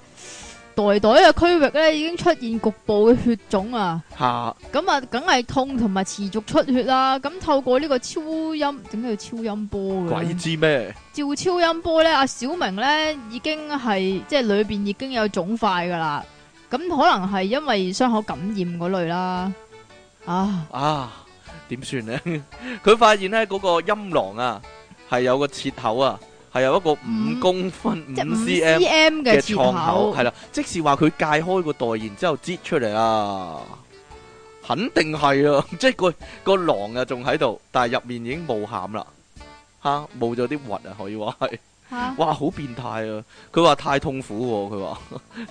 S1: 袋袋嘅區域咧已經出現局部嘅血腫啊。
S2: 吓、
S1: 咁啊，梗係痛同埋持續出血啦。咁透過呢個超音，點解叫超音波嘅
S2: 鬼
S1: 咧？
S2: 知咩？
S1: 照超音波咧，阿小明咧已經係即係裏邊已經有腫塊噶啦。咁可能係因為傷口感染嗰類啦。啊，
S2: 啊，點算呢？ 佢發現呢嗰、個陰囊啊，係有個切口啊，係有一個五
S1: 五
S2: 公分五
S1: 嗯即係五
S2: cm。
S1: cm
S2: 嘅
S1: 嘅切
S2: 創口
S1: 口
S2: 係，啦，即是話佢戒開個袋，然之後擠出嚟啊，肯定係啊， 即係個個囊啊仲喺度，但係入面已經冇餡啦，吓冇咗啲核啊，可以話係，
S1: 嚇
S2: 哇好變態啊！佢話太痛苦喎、佢話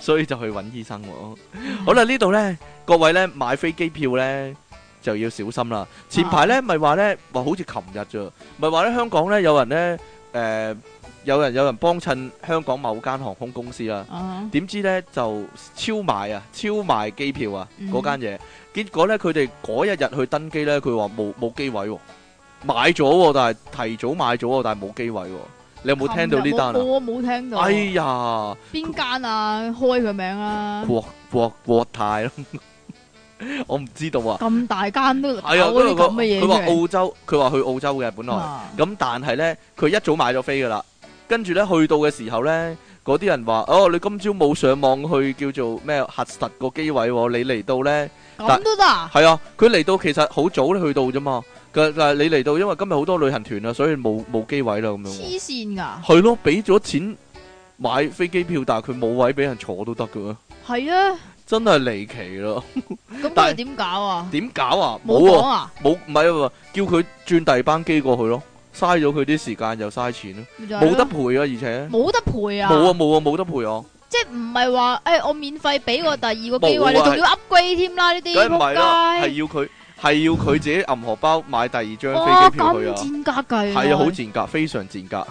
S2: 所以就去揾醫生喎、好啦，呢度呢，各位呢，買飛機票呢，就要小心啦。前排呢，咪話呢，話好似琴日咋，咪話呢，香港呢，有人呢，誒、有人有人幫襯香港某間航空公司啦。
S1: 啊
S2: 點知呢就超賣啊，超賣機票啊
S1: 嗯
S2: 嗰間嘢。結果呢，佢哋嗰一日去登機呢，佢話冇冇機位喎，買咗喎，但係提早買咗喎，但係冇機位喎。你有冇聽到呢
S1: 琴
S2: 單
S1: 日
S2: 啊？
S1: 我我冇聽到。
S2: 哎呀，
S1: 邊間啊？開佢名啊！
S2: 國國國泰咯， 我唔知道啊。
S1: 咁大間都搞
S2: 係
S1: 啲
S2: 啊，因為
S1: 咁嘅嘢
S2: 佢
S1: 出
S2: 話
S1: 嚟
S2: 澳洲，佢話去澳洲嘅本來。
S1: 啊
S2: 咁但係呢，佢一早買咗飛噶啦，跟住呢，去到嘅時候呢，嗰啲人話：哦，你今朝冇上網去叫做咩核實個機位喎，你嚟到呢，但
S1: 咁都得啊？
S2: 係啊，佢嚟到其實好早去到啫嘛，佢但係你嚟到，因為今日好多旅行團啊，所以冇冇啊機位啦咁樣喎。
S1: 黐線㗎！
S2: 係咯，俾咗錢買飛機票，但係佢冇位俾人坐都得嘅喎，
S1: 係啊，
S2: 真係離奇咯！
S1: 咁
S2: 但係
S1: 佢點搞啊？
S2: 點搞啊？冇
S1: 冇講
S2: 喎，
S1: 啊，
S2: 冇唔係啊，叫佢轉第二班機過去咯，嘥咗佢啲時間又嘥錢咯，
S1: 咪就係咯
S2: 冇得賠啊，而且。
S1: 冇得賠啊！
S2: 冇啊冇啊冇得賠我，
S1: 即係唔係話誒我免費俾個第二個機
S2: 冇啊
S1: 會，你仲要 upgrade 添啦呢啲
S2: 梗係唔係啦，
S1: 仆
S2: 係
S1: 街！
S2: 要佢係要佢自己揞荷包買第二張
S1: 哇，
S2: 飛機票
S1: 咁
S2: 去啊，
S1: 賤格㗎！
S2: 係啊好賤格，非常賤格。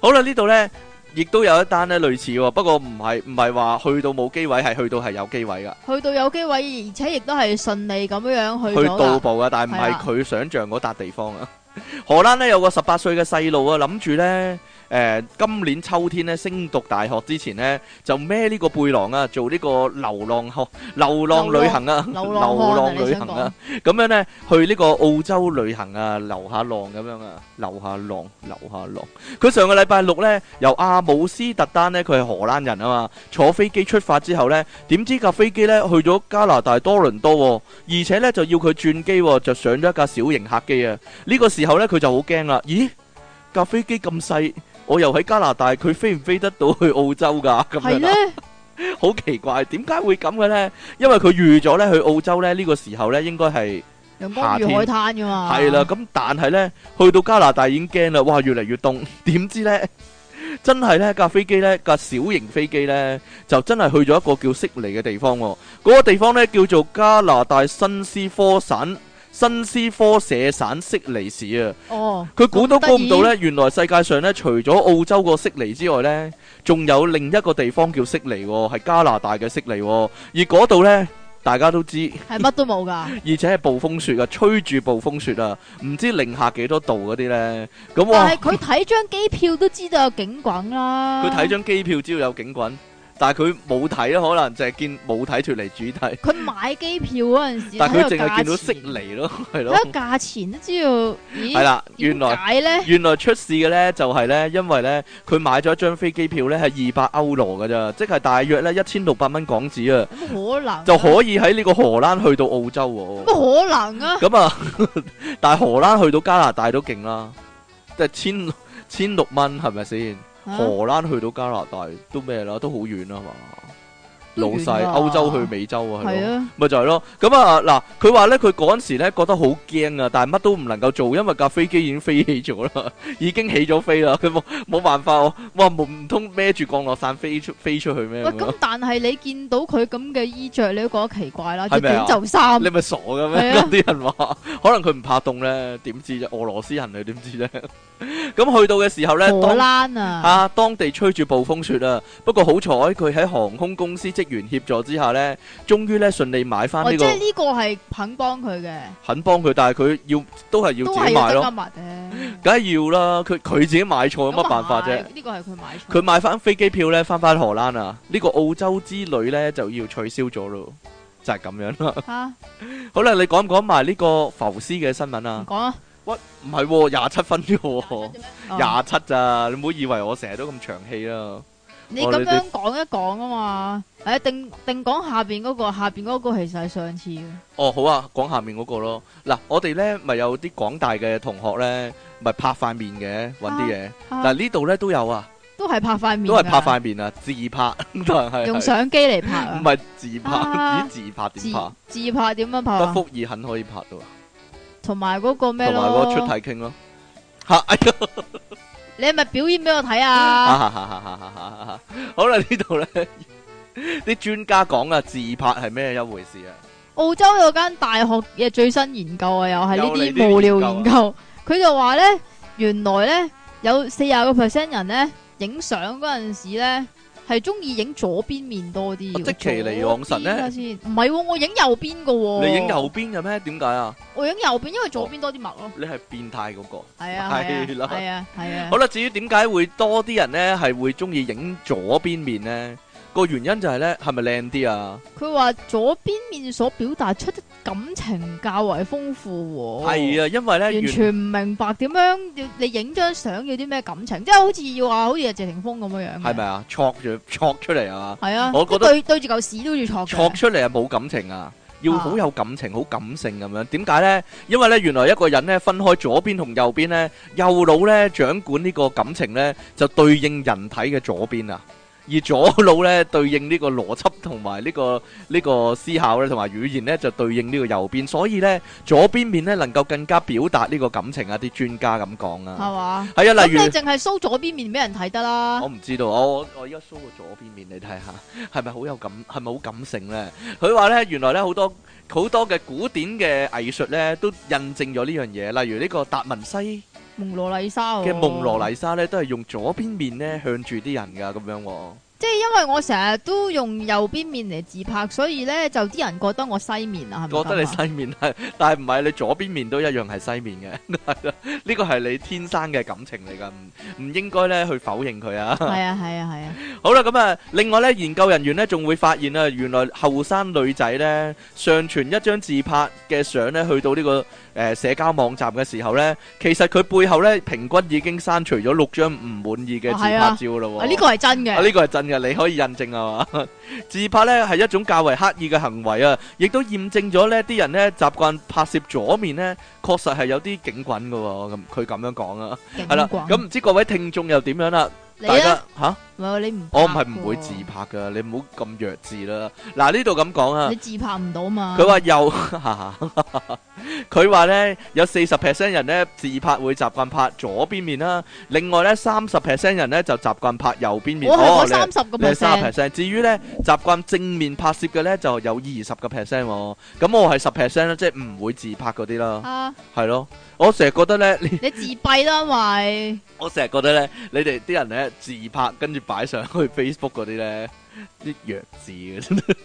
S2: 好啦，呢度呢，亦都有一單咧類似喎，不過唔係唔係話去到冇機位，係去到係有機位噶，
S1: 去到有機位，而且亦都係順利咁樣樣去
S2: 去
S1: 咗
S2: 到
S1: 啦。
S2: 步噶，但係唔
S1: 係
S2: 係
S1: 啦
S2: 佢想象嗰笪地方啊。 荷蘭咧有個十八歲嘅細路啊，諗住咧誒今年秋天咧升讀大學之前咧，就孭呢個背囊啊，做呢個流浪學 流浪旅行啊，
S1: 流 浪漢啊
S2: 流
S1: 你
S2: 旅
S1: 想
S2: 行
S1: 講
S2: 啊，咁樣咧去呢個澳洲旅行啊，流下浪咁樣啊，流下浪，流下浪。佢上個禮拜六咧由阿姆斯特丹咧，佢係荷蘭人啊嘛，坐飛機出發之後咧，點知架飛機咧去咗加拿大多倫多、喎。而且咧就要佢轉機、喎，就上咗一架小型客機啊！呢、個時候咧佢就好驚啦，咦架飛機咁細，我又喺加拿大，佢飛唔飛得到去澳洲㗎？ 咁
S1: 係
S2: 樣
S1: 咧
S2: 啦，，好奇怪，點解會咁嘅呢？因為佢預咗咧去澳洲咧呢、呢個時候咧應該係
S1: 陽光與海灘噶嘛。
S2: 係 啦，，咁但係呢，去到加拿大已經驚啦，哇，越嚟越凍。點知呢？真係呢架飛機呢，架小型飛機呢，就真係去咗一個叫悉尼嘅地方喎、嗰、個地方呢，叫做加拿大新斯科省。新斯科舍省悉尼市啊，
S1: 哦，
S2: 佢估都估唔到
S1: 咁得
S2: 呢。原來世界上呢，除咗澳洲個悉尼之外呢，仲有另一個地方叫悉尼、喎，係加拿大嘅悉尼、喎。而嗰度呢，大家都知。
S1: 意，係乜都冇噶。
S2: 而且係暴風雪啊，吹住暴風雪啊，唔知零下幾多度嗰啲呢。咁
S1: 但
S2: 哇
S1: 係，佢睇張機票都知道有警棍啦。
S2: 佢睇張機票知道有警棍，但係佢冇睇啊，可能就係見冇睇脱離主題，
S1: 佢買機票嗰陣時，
S2: 但係佢淨係
S1: 係
S2: 見到悉，尼咯， 係咯，
S1: 睇個價錢都知道。
S2: 係
S1: 咦，
S2: 啦，原來
S1: 點。解咧？
S2: 原來出事嘅呢，就係呢，因為呢，佢買咗一張飛機票呢，係二百歐羅嘅咋，即係大約呢一千六百蚊港紙啊，
S1: 咁可能
S2: 就可以喺呢個荷蘭去到澳洲喎、
S1: 乜可能啊？
S2: 咁啊， 但係荷蘭去到加拿大都勁啦，即係千千六蚊係咪先？
S1: 啊
S2: 荷蘭去到加拿大都咩啦，都好遠啊啦係嘛。老
S1: 都遠
S2: 細
S1: 㗎
S2: 歐洲去美洲啊，係
S1: 係
S2: 咯，
S1: 啊，
S2: 咪就係咯。咁啊嗱，佢話咧佢嗰陣時咧覺得好驚啊，但係乜都唔能夠做，因為架飛機已經飛起咗啦， 已經起咗飛啦，佢冇冇辦法喎。哇，冇唔通孭住降落傘飛出飛出去咩
S1: 喂，
S2: 咁
S1: 咁
S2: 樣？
S1: 但係你見到佢咁嘅衣着，你都覺得奇怪啦，
S2: 係
S1: 着
S2: 咪啊
S1: 短袖衫
S2: 你。咪傻嘅咩？
S1: 係
S2: 有
S1: 啊
S2: 啲人話可能佢唔怕凍咧，點知啫？俄羅斯人你點知 啫？咁去到嘅時候咧，
S1: 荷
S2: 當
S1: 蘭啊，
S2: 啊！當地吹住暴風雪啊，不過好彩佢喺航空公司職員協助之下呢，終於呢順利買翻
S1: 哦，
S2: 呢、
S1: 即
S2: 個，
S1: 係呢個係肯幫佢嘅，
S2: 肯幫佢，但係佢要都係要
S1: 都
S2: 自
S1: 係
S2: 己
S1: 要
S2: 買
S1: 增加
S2: 咯，
S1: 物嘅。
S2: 梗係要啦。佢佢自己買錯有乜辦法啫
S1: 咁啊？係？呢個係佢買
S2: 佢
S1: 錯。
S2: 買翻飛機票呢，翻返荷蘭啊！呢、個澳洲之旅呢，就要取消咗咯，就係、咁 樣啦。
S1: 嚇
S2: 好啦，你講唔講埋呢個浮屍嘅新聞
S1: 唔
S2: 啊？
S1: 講啊，
S2: 喂，唔係喎，廿七分啫喎，
S1: 哦
S2: 廿七咋？你唔好以為我成日都咁長氣啦。
S1: 你
S2: 我
S1: 咁
S2: 哋
S1: 樣講一講啊嘛，誒定定講下邊嗰個，下邊嗰個其實係上次嘅，
S2: 哦，好啊，講下面嗰個咯。嗱，我哋咧咪有啲廣大嘅同學咧，咪拍塊面嘅，揾啲嘢。
S1: 啊
S2: 但係呢度咧都有啊，
S1: 都係拍塊面㗎，
S2: 都係拍塊面啊，自拍， 但係
S1: 用
S2: 係
S1: 相機嚟拍
S2: 唔
S1: 啊，
S2: 係自拍，
S1: 啊
S2: 咦自拍
S1: 自
S2: 點拍？
S1: 自拍點樣拍
S2: 得
S1: 啊？
S2: 福爾肯可以拍到啊，
S1: 同埋嗰個咩
S2: 同埋
S1: 咯？
S2: 嗰個出體傾咯。嚇！哎呀，
S1: 你係咪表演俾我睇
S2: 哈
S1: 啊？
S2: 哈哈哈哈哈哈哈好啦，呢度咧啲專家講啊，自拍係咩一回事啊？
S1: 澳洲有間大學嘅最新研究啊，又係呢
S2: 又嚟呢啲
S1: 啲無聊
S2: 研
S1: 研究，佢就話咧，原來咧有四廿個 percent 人咧影相嗰陣時咧。係中意影左邊面多啲
S2: 啊
S1: 嘅，
S2: 即其尼昂神呢
S1: 左邊啊先唔係喎，我影右邊嘅喎。
S2: 你影右邊嘅咩？點解啊？
S1: 我影右邊，因為左邊多啲墨咯。
S2: 你係變態嗰個。
S1: 係啊，
S2: 係啦
S1: 係啊，係啊
S2: 好。啦，至於點解會多啲人呢係會中意影左邊面呢？個原因就係呢，係咪靚啲啊？
S1: 佢話左邊面所表達出的感情較為豐富喎。
S2: 係啊，因為呢，
S1: 哦完
S2: 原
S1: 全唔明白點樣要你影張相要啲咩感情，即係好似要話好似謝霆鋒咁樣樣嘅。
S2: 係咪啊？戳住戳出嚟啊！
S1: 係啊，
S2: 我覺得
S1: 即係對對住嚿屎都要戳嘅
S2: 戳出嚟係冇感情啊！要
S1: 啊
S2: 好有感情，好感性咁樣。點解呢？因為呢，原來一個人呢，分開左邊同右邊呢，右腦呢掌管呢個感情呢，就對應人體嘅左邊啊，而左腦呢，對應呢個邏輯同埋呢個呢個思考呢，同埋語言呢，就對應呢個右邊。所以呢，左邊面呢，能夠更加表達呢個感情啊！啲專家咁講啊，
S1: 係嘛？
S2: 係啊，
S1: 咁
S2: 例如
S1: 你淨係 show 左邊面俾人睇得啦
S2: 我。唔知道，我我而家 show 個左邊面你睇下， 係咪好有感，係咪好感性呢？佢話呢，原來呢好多好多嘅古典嘅藝術呢，都印證咗呢樣嘢，例如呢個達文西
S1: 蒙羅麗莎喎
S2: 嘅蒙羅，麗莎咧，都係用左邊面
S1: 嗯
S2: 咧向住啲人噶咁樣喎。
S1: 即係因為我成日都用右邊面嚟自拍，所以咧就啲人覺得我西面啊，係咪咁啊？
S2: 覺得你西面係， 但係唔係你左邊面都一樣係西面嘅， 係啦呢個係你天生嘅感情嚟㗎，唔唔應該咧去否認佢啊。
S1: 係啊係啊 係啊，
S2: 好啦，咁啊，另外咧，研究人員咧仲會發現啊，原來後生女仔咧上傳一張自拍嘅相咧，去到呢、個呃社交網站嘅時候咧，其實佢背後咧平均已經刪除咗六張唔滿意嘅自拍
S1: 啊係啊
S2: 照咯喎。
S1: 啊呢個係真
S2: 啊！
S1: 嘅，
S2: 呢個係真嘅，你可以印證啊 嘛。自拍呢係一種較為刻意嘅行為啊，亦都驗證咗呢啲人呢習慣拍攝左面呢，確實係有啲警棍嘅喎。咁佢咁樣講啊，係啦。咁唔知各位聽眾又點樣啦？
S1: 你啊
S2: 大家
S1: 咧，
S2: 吓，
S1: 唔係你唔拍
S2: 我哦唔係唔會
S1: 喎
S2: 自拍噶，你唔好咁弱智啦。嗱，呢度咁講啊
S1: 你。啊自拍唔到嘛？
S2: 佢話又， 佢話呢，有四十 percent 人呢自拍會習慣拍左邊面啦，另外呢，三十 percent 人呢就習慣拍右邊面。
S1: 我係
S2: 哦
S1: 我
S2: 你
S1: 三十個
S2: 你係三
S1: percent，
S2: percent，至於咧習慣正面拍攝嘅咧就有二十個 percent 喎，咁我係十 percent 啦，即係唔會自拍嗰啲啦，
S1: 啊，
S2: 係咯，我成日覺得咧，你
S1: 你自閉啦，因為
S2: 我成日覺得咧，你哋啲人咧自拍跟住擺上去 Facebook 嗰啲咧，啲弱智嘅真係，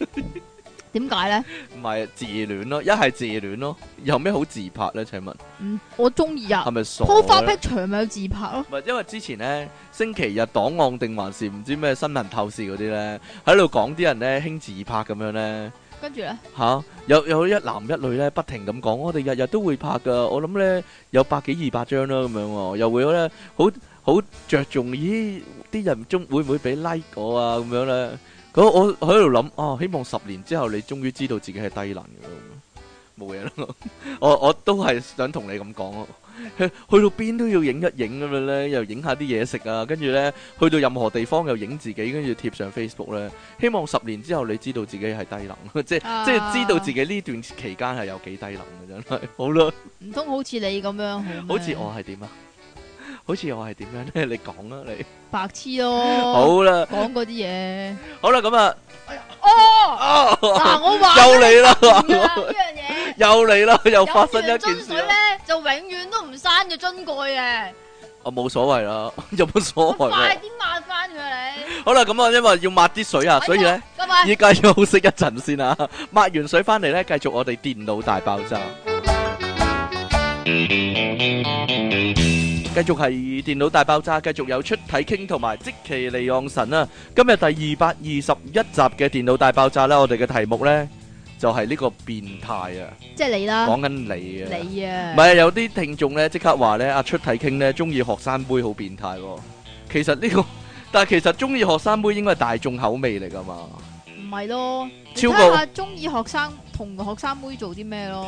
S1: 點解咧？
S2: 唔係自戀咯，一係自戀咯，有咩好自拍咧？請問
S1: 嗯，我中意啊
S2: 係，咪傻
S1: 鋪花
S2: 咧？
S1: picture 咪有自拍咯，
S2: 唔係，因為之前咧星期日檔案定還是唔知咩新聞透視嗰啲咧，喺度講啲人咧興自拍咁樣咧。
S1: 跟住咧，
S2: 吓、有有一男一女咧，不停咁講，我哋日日都會拍噶，我諗咧有百幾二百張啦咁樣喎，又會咧好好着重，咦啲人中會唔會俾 like 我啊咁樣咧？咁我我喺度諗，哦、希望十年之後你終於知道自己係低能嘅咯，咁樣冇嘢咯。 我我都係想同你咁講咯。去去到邊都要影一影咁樣咧，又影下啲嘢食啊，跟住咧 去到任何地方又影自己，跟住貼上 Facebook 咧。希望十年之後你知道自己係低能， 即係
S1: 啊
S2: 即係知道自己呢段期間係有幾低能嘅真係。 好啦，
S1: 唔通好似你咁樣咩，
S2: 好似我係點啊？ 好似我係點樣咧？你講啊你。
S1: 白痴咯，
S2: 好啦，
S1: 講嗰啲嘢，
S2: 好啦，咁啊，
S1: 哦，
S2: 啊
S1: 嗱我話啊
S2: 又嚟啦，
S1: 呢樣嘢。
S2: 又嚟啦，又發生一
S1: 有
S2: 件
S1: 樽
S2: 事啊
S1: 水
S2: 啦。
S1: 咧，就永遠都唔閂嘅樽蓋嘅，
S2: 我哦冇所謂啦， 有冇所謂
S1: 快哎
S2: 啊？
S1: 啲抹翻佢你。
S2: 好啦，咁啊，因為要抹啲水啊，所以咧。
S1: 拜拜。
S2: 依家休息一陣先啊！抹完水翻嚟咧，繼續我哋電腦大爆炸。繼續係電腦大爆炸，繼續有出體傾同埋即其利昂神啊！今日第二百二十一集嘅電腦大爆炸啦，我哋嘅題目咧就係呢個變態啊，
S1: 即係你啦，
S2: 講緊你啊，
S1: 你啊，
S2: 唔係啊有啲聽眾咧即刻話咧阿出體傾咧中意學生妹好變態喎，其實呢個但係其實中意學生妹應該係大眾口味嚟㗎嘛。
S1: 唔係咯？你
S2: 超過
S1: 睇下中意學生同學生妹做啲咩咯？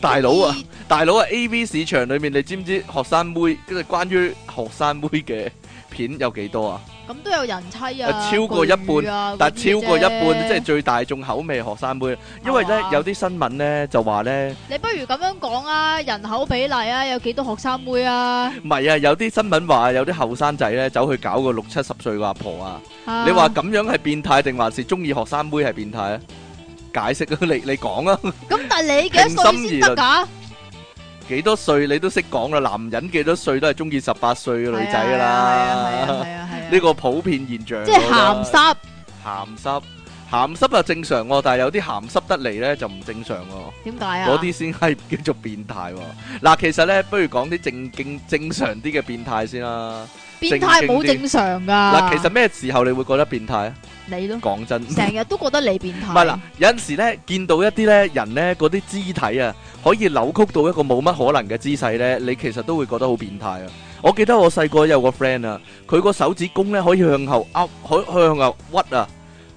S2: 大佬啊
S1: 中！意，
S2: 大佬啊！A.V. 市場裏面，你知唔知學生妹跟住關於學生妹嘅片有幾多啊？
S1: 咁都有人妻啊，
S2: 超過一半
S1: 巨乳啊
S2: 但超過一半，即
S1: 係
S2: 係
S1: 最。
S2: 最大眾口味學生妹。因為呢
S1: 係嘛，
S2: 有啲新聞呢就話呢，
S1: 你不如咁樣講啊，人口比例啊，有幾多學生妹啊？
S2: 唔係啊，有啲新聞話有啲後生仔呢走去搞個六七十歲個阿婆啊。
S1: 啊
S2: 你話咁樣係變態定還是中意學生妹係變態啊？解釋啊，你你講啊，
S1: 咁，但係你幾多歲先得㗎？
S2: 幾多歲你都識講啦，男人幾多歲都係中意十八歲嘅女仔㗎
S1: 係啊係啊
S2: 啦。
S1: 係啊係啊，
S2: 呢個普遍現象，
S1: 即係鹹
S2: 濕。
S1: 濕，
S2: 鹹濕鹹濕就正常喎，但係有啲鹹濕得嚟咧就唔正常喎，
S1: 點解啊？
S2: 嗰啲先係叫做變態喎。嗱，其實咧，不如講啲正經正常啲嘅變態先啦。
S1: 變態冇
S2: 正經
S1: 正常㗎。
S2: 嗱，其實咩時候你會覺得變態啊？
S1: 你咯，
S2: 講真，
S1: 成
S2: 唔
S1: 日都覺得你變態。
S2: 係啦，有陣時咧見到一啲咧人咧嗰啲肢體啊，可以扭曲到一個冇乜可能嘅姿勢咧，你其實都會覺得好變態啊！我記得我細個有個 friend 啊，佢個手指公咧可以向後噏，可向後屈啊，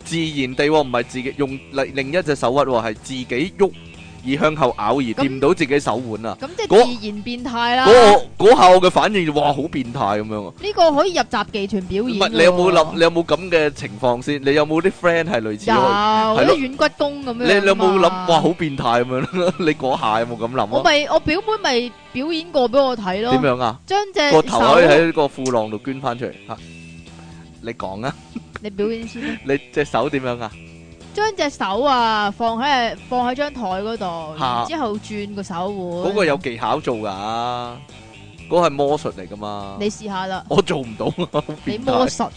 S2: 自然地喎唔係自己用另另一隻手屈喎，係自己喐而向後咬而掂到自己手腕啊！
S1: 咁即
S2: 嗰
S1: 係自然變態啦。
S2: 嗰個嗰下我嘅反應就哇好變態咁樣啊！
S1: 呢個可以入雜技團表
S2: 唔
S1: 演㗎喎。
S2: 係你有冇諗？你有冇咁嘅情況先？你有冇啲 friend 係類似
S1: 有，
S2: 我？
S1: 嗰
S2: 咯
S1: 啲軟骨功咁樣。
S2: 你你有冇諗？哇，好！變態咁樣你嗰下有冇咁諗
S1: 我
S2: 啊？
S1: 咪我表妹咪表演過俾我睇
S2: 點
S1: 咯，
S2: 樣啊？
S1: 將隻
S2: 個頭可以
S1: 手
S2: 喺個褲浪度捐翻出嚟吓。你講啊，
S1: 你表演先啦，
S2: 你隻手點樣啊？
S1: 將隻手啊放喺放喺張台嗰度，
S2: 嚇
S1: 然之後轉個手腕。
S2: à? 嗰個有技巧做㗎，嗰係魔術嚟噶嘛。
S1: 你試下啦，
S2: 我做唔到 啊！好
S1: 你
S2: 變
S1: 魔
S2: 態
S1: 術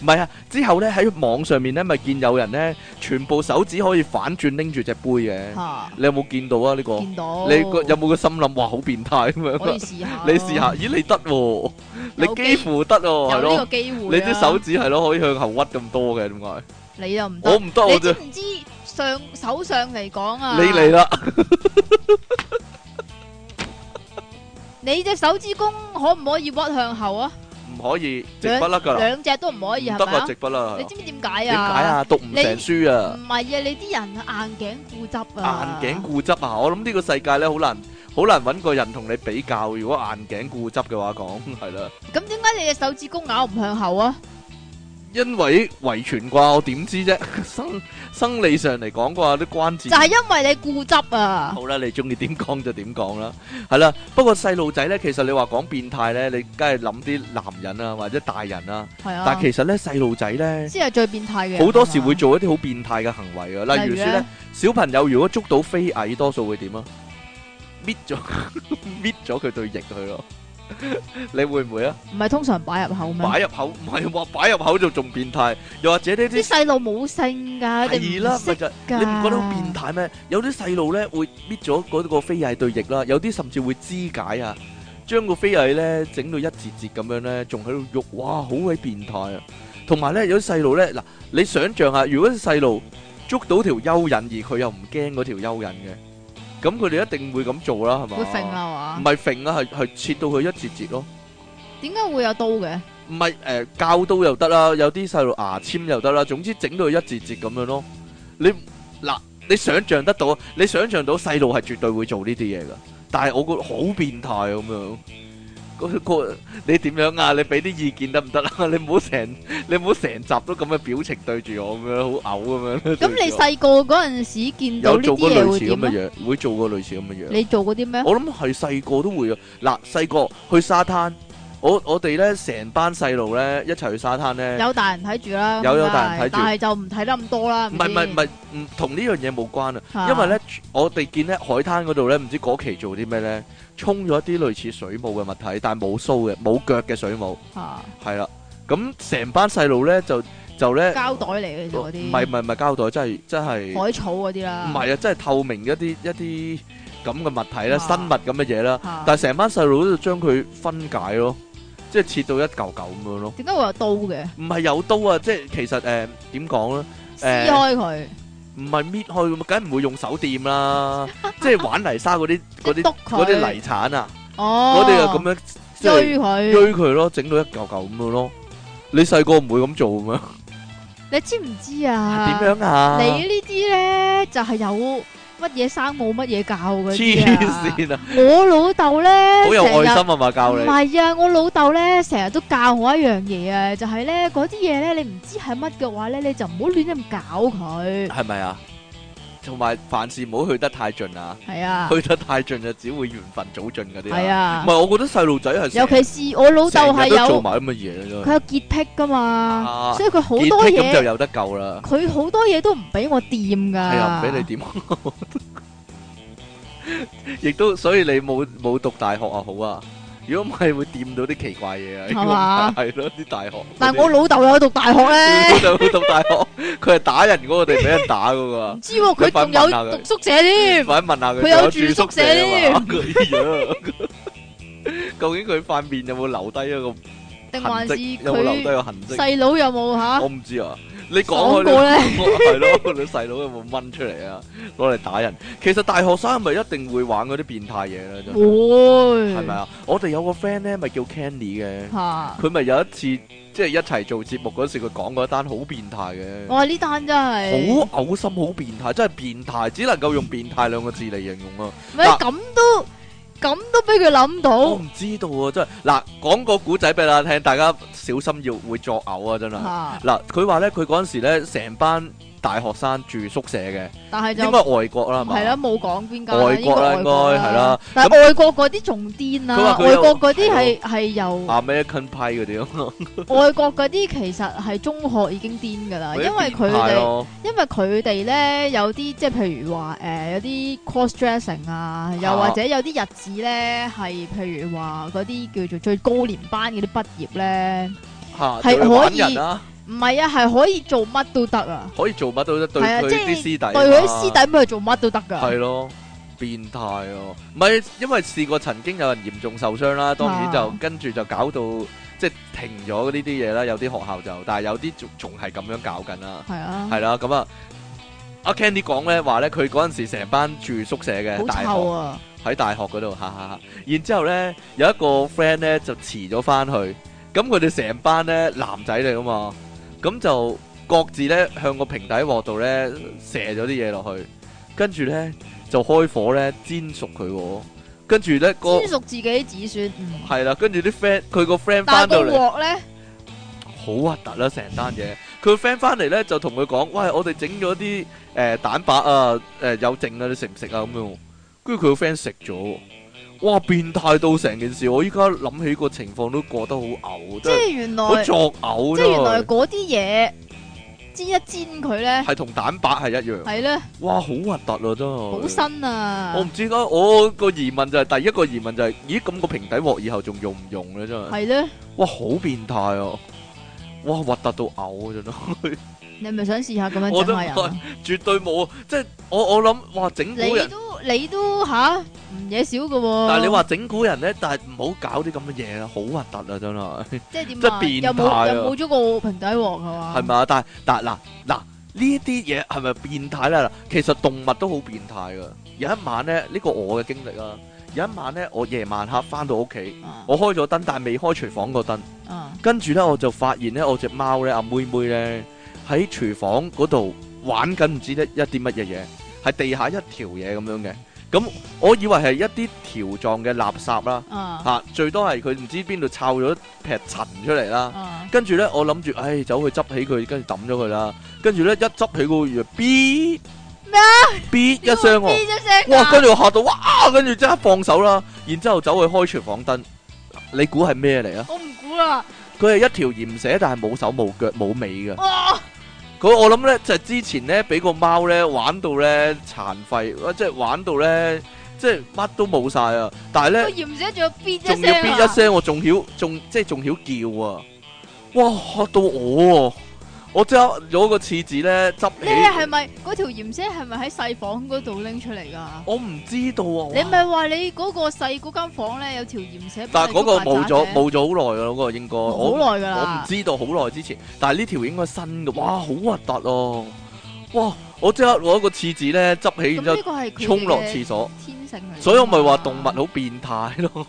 S2: 唔係啊！之後咧喺網上面咧，咪見有人咧，全部手指可以反轉拎住隻杯嘅。
S1: 吓，
S2: 你有冇見到啊？呢個
S1: 見到
S2: 你個有冇個心諗哇好變態咁
S1: 可以
S2: 樣？
S1: 試下，
S2: 你試下，咦你得喎，你
S1: 有機
S2: 幾乎得喎，
S1: 有
S2: 係
S1: 呢個
S2: 咯，
S1: 機會啊，
S2: 你啲手指係咯可以向後屈咁多嘅，點解？
S1: 你又唔
S2: 我
S1: 得，
S2: 唔得，我
S1: 你
S2: 就
S1: 知唔知上手上嚟講啊？
S2: 你嚟啦。
S1: 你隻手指公可唔可以屈向後啊？
S2: 唔可以直筆甩噶啦，
S1: 兩隻都唔可以
S2: 唔
S1: 係
S2: 得
S1: 咪
S2: 啊
S1: 啊
S2: 直筆啦
S1: 你。知唔知點解
S2: 點解
S1: 啊？
S2: 啊？讀唔成書啊
S1: 唔，係啊，你啲人硬頸固執啊，
S2: 硬頸固執啊！我諗呢個世界咧好難好難揾個人同你比較。如果硬頸固執嘅話講係啦，
S1: 咁點解你隻手指公咬唔向後啊？
S2: 因為遺傳啩，我點知 啫？生生理上嚟講啩，啲關
S1: 就
S2: 節
S1: 係因為你固執啊，
S2: 好啦，你中意點講就點講啦，係啦。不過細路仔咧，其實你話講變態咧，你梗係諗啲男人啊或者大人啊，
S1: 係啊，
S2: 但其實咧細路仔咧
S1: 先係最變態嘅人啊嘛。
S2: 好多時會做一啲好變態嘅行為啊，例如說咧
S1: 呢，
S2: 小朋友如果捉到飛蟻，多數會點啊？搣咗搣咗佢對翼佢咯， 你會唔會啊？
S1: 唔係通常擺入口咩？
S2: 擺入口唔係話擺入口就仲變態，又或者呢
S1: 啲
S2: 啲
S1: 細路冇性㗎，你
S2: 係啦
S1: 唔，
S2: 咪
S1: 識
S2: 就係
S1: 㗎。
S2: 你唔覺得好變態咩？有啲細路咧會搣咗嗰個飛蟻對翼啦，有啲甚至會肢解啊，將個飛蟻咧整到一節節咁樣咧，仲喺度喐，哇，好鬼變態啊！同埋咧，有啲細路咧，嗱，你想象下，如果啲細路捉到條蚯蚓而佢又唔驚嗰條蚯蚓嘅，咁佢哋一定會咁做啦，係嘛？
S1: 會揈啊
S2: 唔
S1: 嘛？
S2: 係揈啊，係係切到佢一節節咯。
S1: 點解會有刀嘅？
S2: 唔係誒教刀又得啦，有啲細路牙籤又得啦，總之整到佢一節節咁樣咯。你嗱，你想象得到，啊你想象到細路係絕對會做呢啲嘢噶，但係我覺得好變態啊咁樣。嗰個你點樣啊？你俾啲意見得唔得啊？ 你唔好成你唔好成集都咁嘅表情對住我咁樣，好嘔咁樣。
S1: 咁你細個嗰陣時見到
S2: 有
S1: 呢
S2: 做
S1: 啲
S2: 過
S1: 嘢
S2: 類
S1: 會
S2: 似咁
S1: 點啊？
S2: 嘅嘢，會做過類似咁嘅嘢。
S1: 你做過啲咩？
S2: 我諗係細個都會啊！嗱，細個去沙灘，我我哋咧成班細路咧一齊去沙灘咧。
S1: 有大人睇住啦，
S2: 有有
S1: 咁
S2: 大人睇住
S1: 但係就唔睇得咁多啦。
S2: 唔係唔係
S1: 係
S2: 唔係，唔同呢樣嘢冇關啊！
S1: 啊
S2: 因為咧，我哋見咧海灘嗰度咧，唔知嗰期做啲咩咧，沖咗一啲類似水母嘅物體，但係冇鬚嘅，冇腳嘅水母，
S1: 嚇
S2: 係啦。咁成班細路咧就就咧，
S1: 膠袋嚟嘅啫嗰啲，
S2: 唔係唔係唔係膠袋，真係真係
S1: 海草嗰啲啦。
S2: 唔係啊！真係透明一啲一啲咁嘅物體啦，
S1: 啊
S2: 生物咁嘅嘢啦。
S1: 嚇
S2: 但係成班細路都將佢分解咯，即係切到一嚿嚿咁樣咯。
S1: 點解會有刀嘅？
S2: 唔係有刀啊！即係其實誒點 講咧？
S1: 撕開佢，
S2: 唔係搣去咁，梗唔會用手掂啦，即係玩泥沙嗰啲嗰
S1: 即係
S2: 啲
S1: 篤
S2: 嗰
S1: 佢
S2: 啲泥鏟啊，
S1: 哦，
S2: 我哋就咁樣即係
S1: 追佢。
S2: 追佢咯，整到一嚿嚿咁樣咯。你細個唔會咁做咁樣，
S1: 你知唔知 啊？
S2: 點樣啊？
S1: 你呢啲咧就係有乜嘢生冇乜嘢教嘅。
S2: 黐！線啊！
S1: 我老豆咧
S2: 好有愛
S1: 成日
S2: 心啊嘛，教你
S1: 唔係啊！我老豆咧成日都教我一樣嘢啊，就係咧嗰啲嘢咧，你唔知係乜嘅話咧，你就唔好亂咁搞佢。
S2: 係咪啊？同埋凡事唔好去得太盡啊，
S1: 係啊，
S2: 去得太盡就只會緣分早盡嗰啲
S1: 係
S2: 啊。
S1: 啊
S2: 唔，係，我覺得細路仔係
S1: 尤
S2: 成
S1: 其是我老豆
S2: 成
S1: 係
S2: 日都做
S1: 有
S2: 埋咁嘅嘢咯，
S1: 佢有潔癖噶
S2: 啊
S1: 嘛，所以佢好
S2: 結
S1: 多
S2: 剔咁就
S1: 嘢，
S2: 有得救啦。
S1: 佢好多嘢都唔俾我掂噶。
S2: 係啊，唔俾你點，亦都所以你冇冇讀大學啊好啊，如果唔係會掂到啲奇怪嘢啊，
S1: 係嘛
S2: 係咯啲大學。
S1: 但係 我老豆有讀大學咧，
S2: 老就讀大學，佢係打人嗰個定俾人打嗰個啊
S1: 唔？知喎佢仲
S2: 你快問下佢
S1: 有讀宿舍添，
S2: 快問下佢，
S1: 佢有
S2: 仲
S1: 住宿舍
S2: 啊
S1: 添
S2: 嘛？佢呀究竟佢塊面有冇留低一
S1: 定
S2: 個 痕
S1: 還是
S2: 跡？有冇留低
S1: 佢
S2: 個痕跡？
S1: 細佬有冇
S2: 我
S1: 吓？
S2: 唔知啊，你講
S1: 嗯講
S2: 開
S1: 過
S2: 呢
S1: 咧，
S2: 係咯，你細佬有冇掹出嚟啊？攞嚟打人。其實大學生係咪一定會玩嗰啲變態嘢咧？真係
S1: 會
S2: 係咪啊？我哋有個 friend 咧，咪叫 Candy 嘅，
S1: 嚇？
S2: 佢咪有一次即係一齊做節目嗰時，佢講過一單好變態嘅，
S1: 我話呢單真係。
S2: 好嘔心，好變態，真係變態，只能夠用變態兩個字嚟形容啊！
S1: 喂，
S2: 嗱
S1: 咁都咁都俾佢諗
S2: 我
S1: 到
S2: 唔知道啊，真係嗱，講個古仔俾大家聽，大家小心要會作嘔啊！真係。
S1: 吓，
S2: 嗱，佢話咧，佢嗰陣時咧，成班大學生住宿舍嘅，
S1: 但係就
S2: 應該外國啦，係嘛？
S1: 係啦，冇講邊間
S2: 外國啦
S1: 應該外國
S2: 應該係啦
S1: 但係外國嗰啲仲癲
S2: 佢
S1: 啦，
S2: 話佢
S1: 外
S2: 有
S1: 國嗰啲係
S2: 係
S1: 係由
S2: American Pie 嗰啲咯，
S1: 外國嗰啲其實係中學已經癲噶啦，
S2: 嗰啲
S1: 因為佢
S2: 變態
S1: 哋
S2: 咯
S1: 因為佢哋咧有啲即係譬如話誒、有啲 cross dressing 啊，又
S2: 啊
S1: 或者有啲日子咧係譬如話嗰啲叫做最高年班嗰啲畢業咧，
S2: 嚇
S1: 係
S2: 仲要
S1: 可
S2: 玩
S1: 以
S2: 人啦，
S1: 唔係啊係可以做乜都得啊，
S2: 可以做乜都得，對
S1: 係啊
S2: 佢
S1: 即係
S2: 啲師弟啊
S1: 對佢啲
S2: 嘛
S1: 師弟咪去做乜都得噶，
S2: 係咯，變態啊！唔係，因為試過曾經有人嚴重受傷啦，當然就、
S1: 啊
S2: 跟住就搞到即係停咗呢啲嘢啦。有啲學校就，但係有啲仲仲係咁樣搞緊啦，
S1: 係啊，
S2: 係啦咁啊。阿 Candy 講咧話咧，佢嗰陣時成班住宿舍嘅，大
S1: 好臭
S2: 學
S1: 啊，
S2: 喺大學嗰度，哈哈哈！然之後咧有一個 friend 咧就遲咗翻去，咁佢哋成班咧男仔嚟噶嘛，咁就各自咧向個平底鑊度咧射咗啲嘢落去，跟住咧就開火咧煎熟佢喎，跟住咧個
S1: 先熟自己子孫，嗯
S2: 係啦，跟住啲 friend 佢個 friend
S1: 但係
S2: 翻到
S1: 個
S2: 嚟
S1: 鑊咧
S2: 好核突啦，成單嘢。佢個 friend 翻嚟咧就同佢講：，喂，我哋整咗啲誒蛋白啊，誒、有剩啊，你食唔食啊？咁樣。跟住佢個 friend 食咗喎，哇！變態到成件事，我依家諗起個情況都覺得好
S1: 即
S2: 嘔，真係
S1: 係原
S2: 好
S1: 來。
S2: 作嘔
S1: 即係原來
S2: 啫。
S1: 嗰啲嘢煎一煎佢咧，
S2: 係同蛋白係一樣，
S1: 係咧
S2: 哇！好核突啊，真係。
S1: 好新啊
S2: 我，唔知啦，我個疑問就係、第一個疑問就係、咦咁個平底鑊以後仲用唔用咧？真係，
S1: 係咧，
S2: 哇！好變態啊，哇！核突到嘔啊，真係。
S1: 你係咪想試下咁樣
S2: 我
S1: 整
S2: 都
S1: 下人啊？
S2: 絕對冇，即係我我諗，哇整蠱
S1: 你
S2: 人，
S1: 都你都吓唔嘢少噶喎，
S2: 但係你話整蠱人咧，但係唔好搞啲咁嘅嘢啦，好核突啊真係，
S1: 即係點
S2: 即
S1: 啊
S2: 係？變
S1: 又
S2: 態啊
S1: 冇又冇咗個平底鑊係嘛？
S2: 係咪啊？但係但係嗱嗱呢一啲嘢係咪變態咧？嗱其實動物都好變態噶。有一晚咧，呢個我嘅經歷啊，有一晚咧，我夜晚黑翻到屋企，
S1: 啊？
S2: 我開咗燈，但係未開廚房個燈，
S1: 啊
S2: 跟住咧我就發現咧，我只貓咧阿妹妹咧喺廚房嗰度玩緊唔知一一啲乜嘢嘢，係地下一條嘢咁樣嘅。咁我以為係一啲條狀嘅垃圾啦，
S1: 啊
S2: 嚇、最多係佢唔知邊度摷咗一劈塵出嚟啦。
S1: 啊！
S2: 跟住咧，我諗住，唉，走去執起佢，跟住抌咗佢啦。跟住咧，一執起個月，B
S1: 咩
S2: 啊？B 一聲喎、
S1: 呢一聲
S2: 哇！
S1: 啊
S2: 跟住我嚇到，哇！跟住即刻放手啦，然之後走去開廚房燈。你估係咩嚟啊？
S1: 我唔估啦，
S2: 佢係一條鹽蛇，但係冇手冇腳冇尾嘅。
S1: 哇！
S2: 佢我諗咧就係之前咧俾個貓咧玩到咧殘廢，哇即係玩到咧即係乜都冇晒啊！但係
S1: 個
S2: 咧
S1: 鹽水仲要咇
S2: 仲
S1: 哦一
S2: 要
S1: 聲
S2: 邊
S1: 啊
S2: 一！聲，我仲曉仲即係仲曉叫啊！哇嚇到我啊！我即刻攞個廁紙咧執
S1: 你係
S2: 起，
S1: 咪嗰條鹽蛇係咪喺細房嗰度拎出嚟㗎？
S2: 我唔知道啊！
S1: 你
S2: 哇
S1: 咪話你嗰個細嗰間房咧有條鹽蛇，
S2: 但係嗰個冇咗冇咗好耐啊噶啦，嗰、個應該我
S1: 好耐噶
S2: 我唔
S1: 啦，
S2: 知道好耐之前，但係呢條應該新嘅，哇好核突咯！哇！我即刻攞個廁紙咧執起，然
S1: 咁
S2: 之後
S1: 呢個係佢
S2: 衝落
S1: 哋嘅
S2: 廁所。
S1: 天性嚟㗎嘛，
S2: 所以我咪話動物好變 態咯，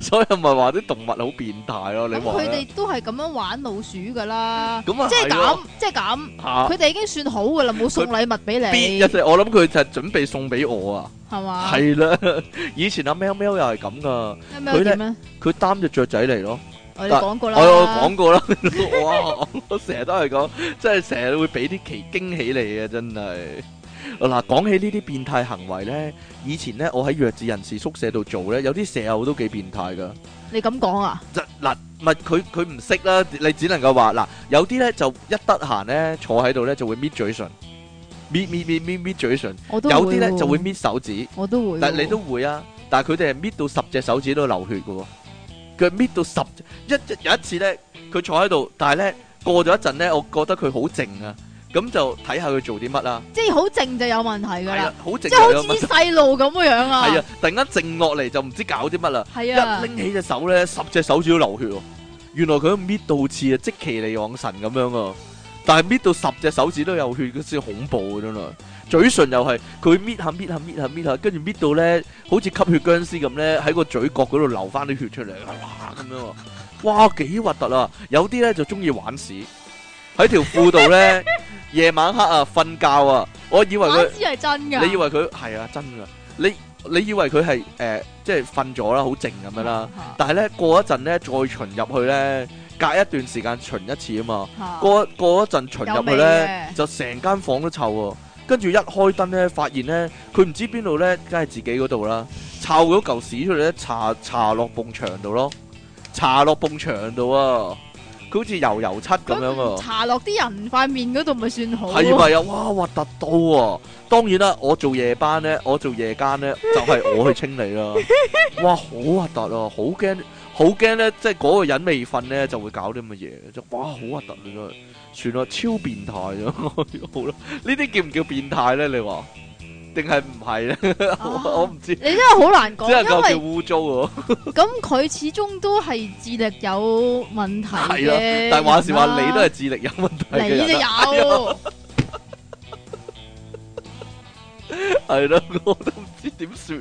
S2: 所以我咪話啲動物好變態咯。你
S1: 咁
S2: 話
S1: 啊佢
S2: 咧
S1: 哋都係咁樣玩老鼠噶 啦，
S2: 咁啊，
S1: 即係
S2: 係咯
S1: 咁，即係咁，
S2: 嚇
S1: 佢哋已經算好噶啦，冇送禮物俾
S2: 邊
S1: 你
S2: 一，隻？我諗佢就係準備送俾我啊，
S1: 係嘛？
S2: 係啦。以前阿喵喵又係咁噶，
S1: 係咪有點咧？
S2: 佢擔只雀仔嚟咯。
S1: 我哋講過啦，
S2: 我有講過啦， 哇！我成日都係講，即係成日會俾啲奇驚喜你嘅，真係。嗱，講起呢啲變態行為咧，以前咧我喺弱智人士宿舍度做咧，有啲舍友都幾變態噶。
S1: 你咁講啊？
S2: 就嗱，唔係佢佢唔識啦，你只能夠話嗱，有啲咧就一得閒咧坐喺度咧就會搣嘴唇，搣搣搣搣搣嘴唇，
S1: 我都
S2: 有啲咧
S1: 喎
S2: 就會，搣手指，
S1: 我都會喎，
S2: 但你都會啊，但係佢哋係搣到十隻手指都流血嘅喎，佢係搣到十一一有一次咧，佢坐喺度，但係咧過咗一陣咧，我覺得佢好靜啊，咁就睇下佢做啲乜啦，
S1: 即係好靜就有問題㗎
S2: 係啊
S1: 啦，，
S2: 好靜
S1: 即係好
S2: 就有
S1: 似
S2: 乜，
S1: 啲細路咁樣啊，
S2: 係啊，突然間靜落嚟就唔知搞啲乜啦。
S1: 係啊
S2: 一，拎起隻手咧，十隻手指都流血喎。原來佢搣到似啊，即其利昂神咁樣啊！但係搣到十隻手指都有血，嗰先恐怖啊！真係，嘴唇又係佢搣下搣下搣下搣下，跟住搣到咧，好似吸血僵屍咁咧，喺個嘴角嗰度流翻啲血出嚟，哇咁樣啊！哇，幾核突啊！有啲咧就中意玩屎，喺條褲度咧，夜晚黑啊，瞓覺啊，我以為佢
S1: 反。知係真㗎，
S2: 你以為佢係啊真噶？你你以為佢係誒即係瞓咗啦，好靜咁樣啦。
S1: 啊？
S2: 但係咧過一陣咧再巡入去咧，隔一段時間巡一次啊嘛。
S1: 嚇
S2: 過過一陣巡入去
S1: 有味
S2: 咧
S1: 嘅，
S2: 就成間房都臭喎。跟住一開燈咧，發現咧佢唔知邊度咧，梗係自己嗰度啦，摷咗嚿屎出嚟咧，搽搽落埲牆度咯，搽落埲牆度啊，佢好似油油漆咁樣
S1: 咁
S2: 啊。
S1: 搽落啲人塊面嗰度咪算好咯？
S2: 系咪啊？哇，核突到啊！當然啦，我做夜班咧，我做夜 間咧，就係我去清理啦。哇，好核突啊！好驚，好驚咧！即係嗰個人未瞓咧，就會搞啲咁嘅嘢。就哇，好核突啊！真係，算啦，超變態咗。 好啦，呢啲叫唔叫變態咧？你話定係唔係咧？我 我唔知，只
S1: 啊你真係好難哦講，
S2: 能
S1: 因
S2: 夠叫
S1: 為
S2: 污糟喎。
S1: 咁佢始終都係智力有問題
S2: 係啦
S1: 嘅。
S2: 但係話時話，你都係智力有問題嘅
S1: 你就
S2: 人啊，
S1: 有，
S2: 係啦，我都唔知點算。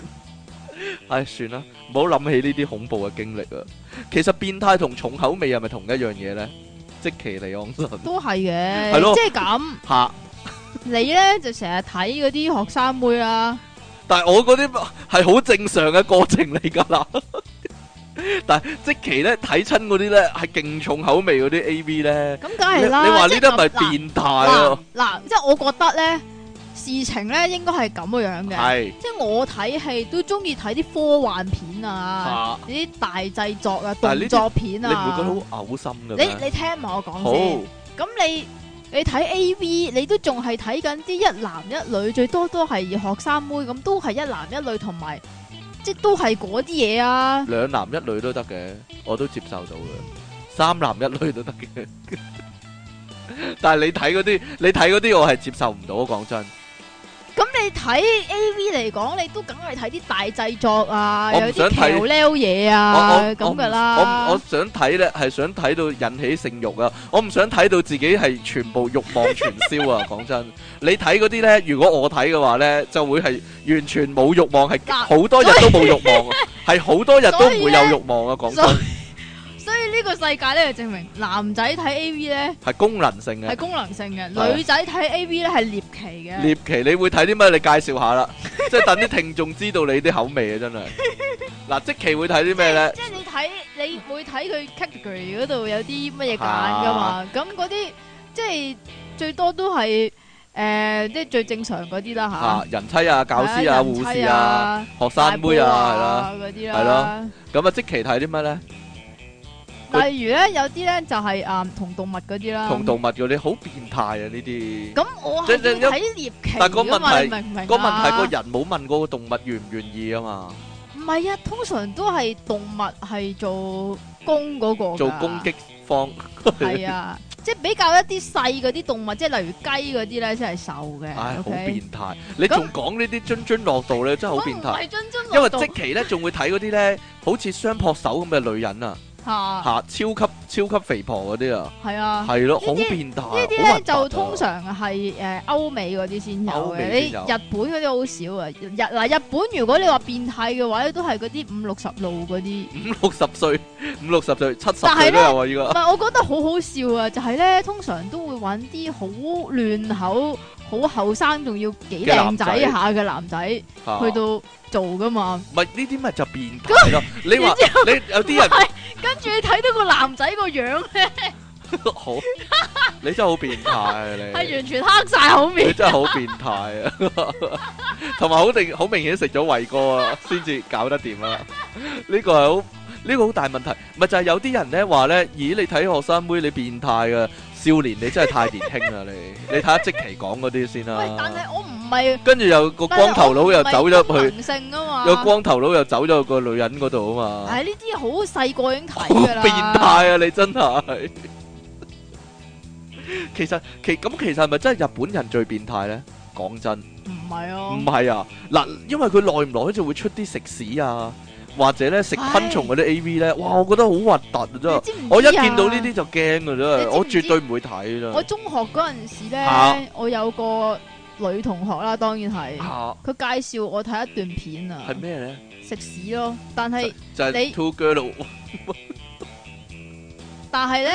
S2: 唉，算啦，唔好諗起呢啲恐怖嘅經歷啊。其實變態同重口味係咪同一樣嘢呢？即其尼昂神
S1: 都係
S2: 係
S1: 嘅，
S2: 咯
S1: 即係咁。
S2: 吓，
S1: 你咧就成日睇嗰啲學生妹啦，
S2: 但係我嗰啲係好正常嘅過程嚟㗎啦。但係即其呢，睇親嗰啲呢係勁重口味嗰啲 A V 呢。
S1: 咁梗
S2: 你
S1: 係
S2: 你
S1: 啦。
S2: 話呢
S1: 即係
S2: 啲係咪
S1: 嗱
S2: 變態
S1: 嗱
S2: 啊？
S1: 嗱，即係我覺得咧，事情咧應該係咁嘅樣嘅。
S2: 係
S1: 即係我睇戲都中意睇啲科幻片啊，
S2: 吓，
S1: 呢啲大製作啊、
S2: 但係
S1: 動
S2: 呢啲
S1: 作片
S2: 你唔會
S1: 啊。
S2: 覺得好嘔心嘅
S1: 你
S2: 咩？
S1: 你聽埋我講
S2: 好
S1: 先。咁你你睇 A V，你都仲係睇緊啲一男一女，最多都係學生妹咁，都係一男一女，同埋即係都係嗰啲嘢啊。
S2: 兩男一女都得嘅，我都接受到嘅，三男一女都得 嘅。但係你睇嗰啲，你睇嗰啲我係接受唔到，講真，
S1: 咁你睇 A V 嚟講，你都梗係睇啲大製作啊，
S2: 我唔
S1: 有
S2: 想
S1: 啲
S2: 睇
S1: 橋撩嘢
S2: 我
S1: 啊咁
S2: 我
S1: 噶
S2: 我唔我
S1: 啦
S2: 唔。想睇咧，係想睇到引起性慾啊！我唔想睇到自己係全部慾望全消啊！講真，你睇嗰啲咧，如果我睇嘅話咧，就會係完全冇慾望，係
S1: 嗱
S2: 好多日都冇慾望啊，係好多日都唔會有慾望啊！講真
S1: 所，以 所以呢個世界咧，就證明男仔睇 A V 咧
S2: 係功能性嘅
S1: 係。功能性嘅，
S2: 係
S1: 女仔睇 A V 咧係獵奇嘅。
S2: 獵奇你會睇啲咩？你介紹下 啦，即係等啲聽眾知道你啲口味啊！真係 嗱，即期會睇啲咩咧？
S1: 即係你睇，你會睇佢 category 嗰度有啲乜嘢揀噶
S2: 啊
S1: 嘛？咁嗰啲即係最多都係誒，即係最正常嗰啲啦
S2: 啊
S1: 吓，，
S2: 人妻啊、教師啊、護士啊、
S1: 啊、
S2: 學生妹啊，
S1: 大波嗰啲
S2: 係
S1: 啦。
S2: 係啦。咁啊，即期睇啲咩咧？佢
S1: 例如咧，有啲咧就係誒同動物嗰啲啦。
S2: 同動物嗰啲好變態啊！呢啲
S1: 咁我係
S2: 即係
S1: 要睇獵奇
S2: 但係個
S1: 噶
S2: 問
S1: 嘛？
S2: 題
S1: 你明唔明啊
S2: 個問題，個人冇問過個動物願唔願意啊嘛，
S1: 唔係啊，通常都係動物係做攻嗰個㗎
S2: 做攻擊方
S1: 系啊，即系比較一啲細嗰啲動物，即係例如雞嗰啲咧，先係瘦嘅。
S2: 唉，好
S1: OK？
S2: 變態！你仲講呢啲津津樂道咧，真係好變
S1: 我唔
S2: 態。
S1: 係津津
S2: 因為
S1: 樂道
S2: 即期咧仲會睇嗰啲咧，好似雙撲手咁嘅女人啊，
S1: 嚇，
S2: 嚇超級超級肥婆嗰啲啊。
S1: 係啊，
S2: 係咯，
S1: 呢
S2: 好
S1: 啲呢
S2: 變態，
S1: 啲
S2: 好
S1: 咧
S2: 核突啊
S1: 就通常係誒歐美嗰啲先有
S2: 歐
S1: 嘅，
S2: 美
S1: 你
S2: 先
S1: 日
S2: 有
S1: 本嗰啲好少啊。日嗱日本如果你話變態嘅話咧，都係嗰啲五六十路嗰 啲。
S2: 五六十歲、五六十歲、七十
S1: 但係
S2: 歲
S1: 呢
S2: 都有啊！依
S1: 唔
S2: 家
S1: 係，我覺得好好笑啊！就係咧，通常都會揾啲好亂口、好後生，仲要幾
S2: 嘅男
S1: 靚
S2: 仔啊
S1: 仔下嘅男仔去
S2: 嚇
S1: 到做噶嘛。
S2: 唔係呢啲咪就變 態咯？你話你有啲人
S1: 唔係跟住你睇到個男仔個樣咧，
S2: 好，你真係好變態啊！
S1: 係
S2: 你
S1: 完全黑晒口
S2: 你
S1: 面。
S2: 真係好變態啊！同埋好定好明顯食咗胃哥啊，先至搞得掂啊！呢個係好呢個好大問題，咪就係有啲人咧話咧，咦你睇學生妹你變態噶，少年你真係太年輕啦你！ 你睇下即期講嗰啲先
S1: 喂，但
S2: 啦，
S1: 係我唔係
S2: 跟住有個光頭佬又走咗入去。
S1: 去性啊嘛，
S2: 有光頭佬又走咗去個女人嗰度啊嘛，
S1: 唉，呢啲好細個已經睇
S2: 好
S1: 㗎啦。
S2: 變態啊！你真係。其實其咁其實係咪真係日本人最變態咧？講真，
S1: 唔係
S2: 唔
S1: 啊，
S2: 係啊嗱，因為佢耐唔耐就會出啲食屎啊，或者咧食昆蟲嗰啲 A V 咧，哇！我覺得好核突啊真
S1: 你知唔
S2: 係，
S1: 知啊
S2: 我一見到呢啲，就驚
S1: 你知
S2: 噶真係，
S1: 唔
S2: 我
S1: 知
S2: 絕對唔會睇啦
S1: 我。中學嗰陣時
S2: 嚇
S1: 咧，我有個女同學啦，當然係，
S2: 嚇
S1: 佢介紹我睇一段片啊
S2: 係，咩咧？
S1: 食屎咯，但係
S2: 就係
S1: 你
S2: Two Girl
S1: 但係咧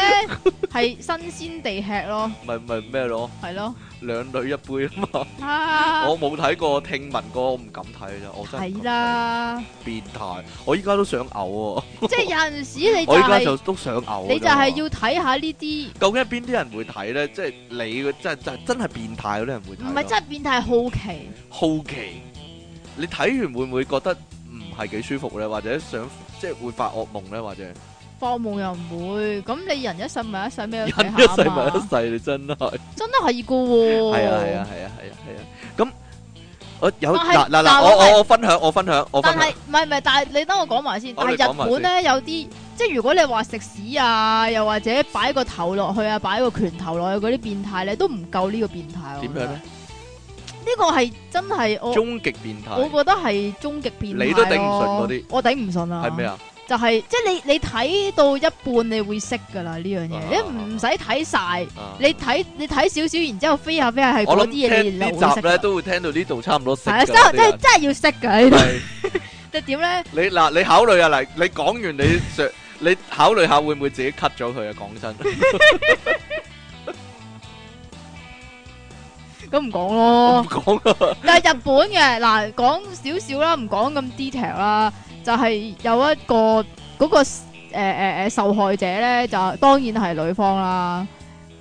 S1: 係新鮮地吃咯，
S2: 咪咪咩咯？
S1: 係咯，
S2: 兩女一杯啊嘛。
S1: 啊，
S2: 我冇睇過，聽聞過，我唔敢睇啫。我真係
S1: 係
S2: 唔敢睇，
S1: 啦，
S2: 變態！我依家都想嘔喎，
S1: 即係有陣時你就
S2: 我依家
S1: 係
S2: 就都想嘔啊。
S1: 你就係要睇下呢啲，
S2: 究竟係邊啲人會睇咧？即係你嗰真真真係變態嗰啲人會睇
S1: 唔
S2: 咯。
S1: 係真係變態好奇。
S2: 好奇，你睇完會唔會覺得唔係幾舒服咧？或者想即係會發惡夢咧？或者
S1: 博夢又唔會，咁你人一世咪一世咩
S2: 人
S1: 都
S2: 一
S1: 睇下
S2: 世
S1: 啊
S2: 咪
S1: 嘛，
S2: 一世，你真係
S1: 真係噶喎。
S2: 係啊係啊係啊係啊係啊！咁我有
S1: 但係
S2: 嗱嗱
S1: 但係
S2: 嗱，
S1: 我係
S2: 我我我分享我分享我分
S1: 但
S2: 享
S1: 係唔係唔係，但係你等我講埋先。
S2: 好
S1: 但
S2: 你
S1: 係
S2: 講
S1: 日
S2: 埋
S1: 本咧有啲，即係如果你話食屎啊，又或者擺個頭落去啊，擺個拳頭落去嗰啲變態咧，都唔夠呢個變態。我
S2: 點樣
S1: 覺得
S2: 咧？
S1: 呢個係真係我
S2: 終極變
S1: 我
S2: 態
S1: 覺得係終極變態咯
S2: 你都頂唔順嗰啲
S1: 我頂唔順啊。
S2: 係咩？啊？
S1: 就係即係你你睇到一半你會識㗎啦呢樣
S2: 啊
S1: 嘢，你唔使睇晒。
S2: 啊
S1: 你睇你睇少少，然之後飛下飛下係
S2: 我
S1: 嗰
S2: 諗
S1: 啲嘢，你
S2: 聽
S1: 就
S2: 呢
S1: 會
S2: 集
S1: 識
S2: 咧
S1: 㗎。
S2: 都會聽到呢度差唔多識
S1: 係啊，
S2: 㗎
S1: 真係
S2: 啲
S1: 真係
S2: 人
S1: 真係要識㗎呢度。
S2: 係
S1: 即係點咧？
S2: 你嗱，你考慮啊，嗱，你講完你上，你考慮下會唔會自己 cut 咗佢啊？講真，
S1: 咁唔講
S2: 我
S1: 咯
S2: 唔。 講啊，
S1: 但係日本嘅嗱，講少少啦，唔講咁 detail 啦，就係、有一個嗰、個誒誒誒受害者咧，就當然係女方啦，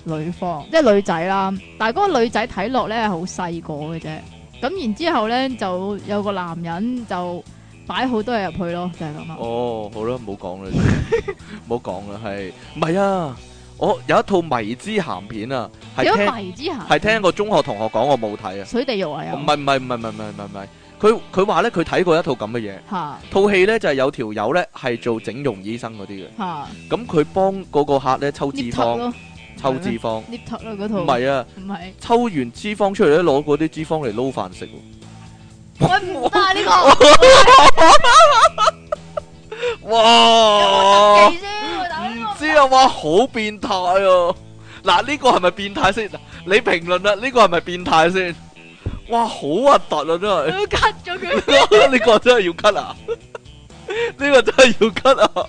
S1: 女方即係女仔啦。但係嗰個女仔睇落咧係好細個嘅啫。咁然之後咧就有個男人就擺好多嘢入去咯，就係咁啊啦。
S2: 哦，好啦，唔好講啦，算啦唔好講啦，係唔係啊？我有一套迷之鹹片啊，係
S1: 有
S2: 聽
S1: 迷之下，
S2: 係聽個中學同學講，我冇睇啊，
S1: 水地獄啊有
S2: 唔係唔係唔係唔係唔係唔係，佢佢話咧佢睇過一套咁嘅嘢，
S1: 嚇
S2: 套戲咧就係有條友咧係做整容醫生嗰啲嘅，
S1: 嚇
S2: 咁佢幫嗰個客咧抽脂
S1: 捏塔
S2: 肪，
S1: 咯，
S2: 抽脂肪，
S1: 捏塔咯嗰套
S2: 唔係啊。
S1: 唔係，
S2: 抽完脂肪出嚟咧，攞嗰啲脂肪嚟撈飯食喎。
S1: 喂唔得啊呢個。
S2: 哇！
S1: 有冇特技先大佬呢
S2: 哦唔
S1: 個
S2: 知啊，哇，好變態啊！嗱，呢個係咪變態先？你評論啦，呢個係咪變態先？哇，好核突啊！真係
S1: 佢都 cut 咗佢，
S2: 呢個真係要 cut 啊！呢個真係要 cut 啊！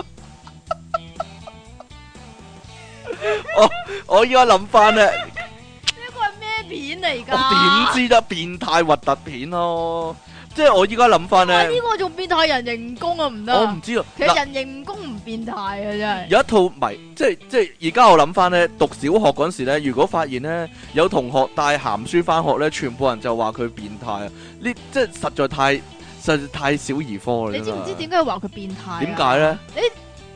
S2: 我我依家諗翻
S1: Oh
S2: 咧，
S1: 呢個係咩片嚟
S2: 我
S1: 㗎？
S2: 點知得變態核突片咯？即係我依家諗翻
S1: 哇！呢
S2: 咧，
S1: 個仲變態人形蜈蚣啊，唔
S2: 我唔
S1: 得。
S2: 知啊。
S1: 其
S2: 嗱
S1: 實人形蜈蚣唔變態啊，真係。
S2: 有一套迷，即係即係而家我諗翻咧，讀小學嗰陣時咧，如果發現咧有同學帶鹹書翻學咧，全部人就話佢變態啊！呢即係實在太實在太小兒科啦。
S1: 你知唔知
S2: 點
S1: 點解話佢變態啊？
S2: 點解咧？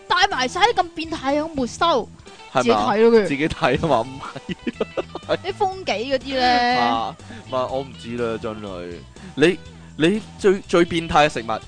S1: 帶埋晒啲咁變態嘅沒收，自己
S2: 係嘛？
S1: 睇咯
S2: 自
S1: 佢。
S2: 己睇啊嘛，唔
S1: 啲風紀嗰啲咧，
S2: 啊，唔係我唔知啦，真係。你你最最變態嘅食物，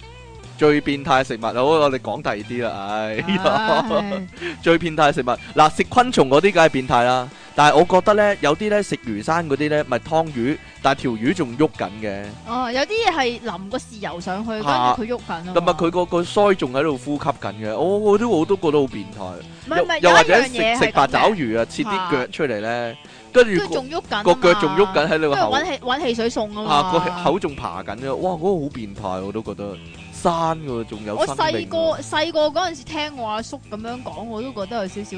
S2: 最變態嘅食物，好我哋講第二啲啦，唉。
S1: 唉
S2: 最變態嘅食物，嗱食昆蟲嗰啲梗係變態啦，但係我覺得呢，有啲呢食魚生嗰啲呢，咪劏魚，但係條魚仲喐緊嘅，
S1: 哦，有啲係淋個豉油上去，跟住
S2: 嚇
S1: 佢喐緊啊嘛。
S2: 咁啊佢個個腮仲喺度呼吸緊嘅，我我都我都覺得好變態。
S1: 唔係
S2: 又
S1: 唔係，
S2: 又或
S1: 有
S2: 者
S1: 一樣
S2: 食
S1: 嘢
S2: 食
S1: 係
S2: 八
S1: 咁
S2: 爪
S1: 嘅，
S2: 魚啊，切啲
S1: 嚇
S2: 腳出嚟呢，跟
S1: 跟住
S2: 住
S1: 仲喐緊啊
S2: 個
S1: 嘛。
S2: 個腳仲喐緊喺你
S1: 跟
S2: 個
S1: 住
S2: 口
S1: 揾氣揾汽水送啊
S2: 啊
S1: 嘛。
S2: 個口仲爬緊嘅，哇嗰個好變態我都覺得，生嘅仲有
S1: 我
S2: 生
S1: 細
S2: 命啊
S1: 個
S2: 喎。
S1: 細個嗰陣時聽我阿叔咁樣講，我都覺得有少少，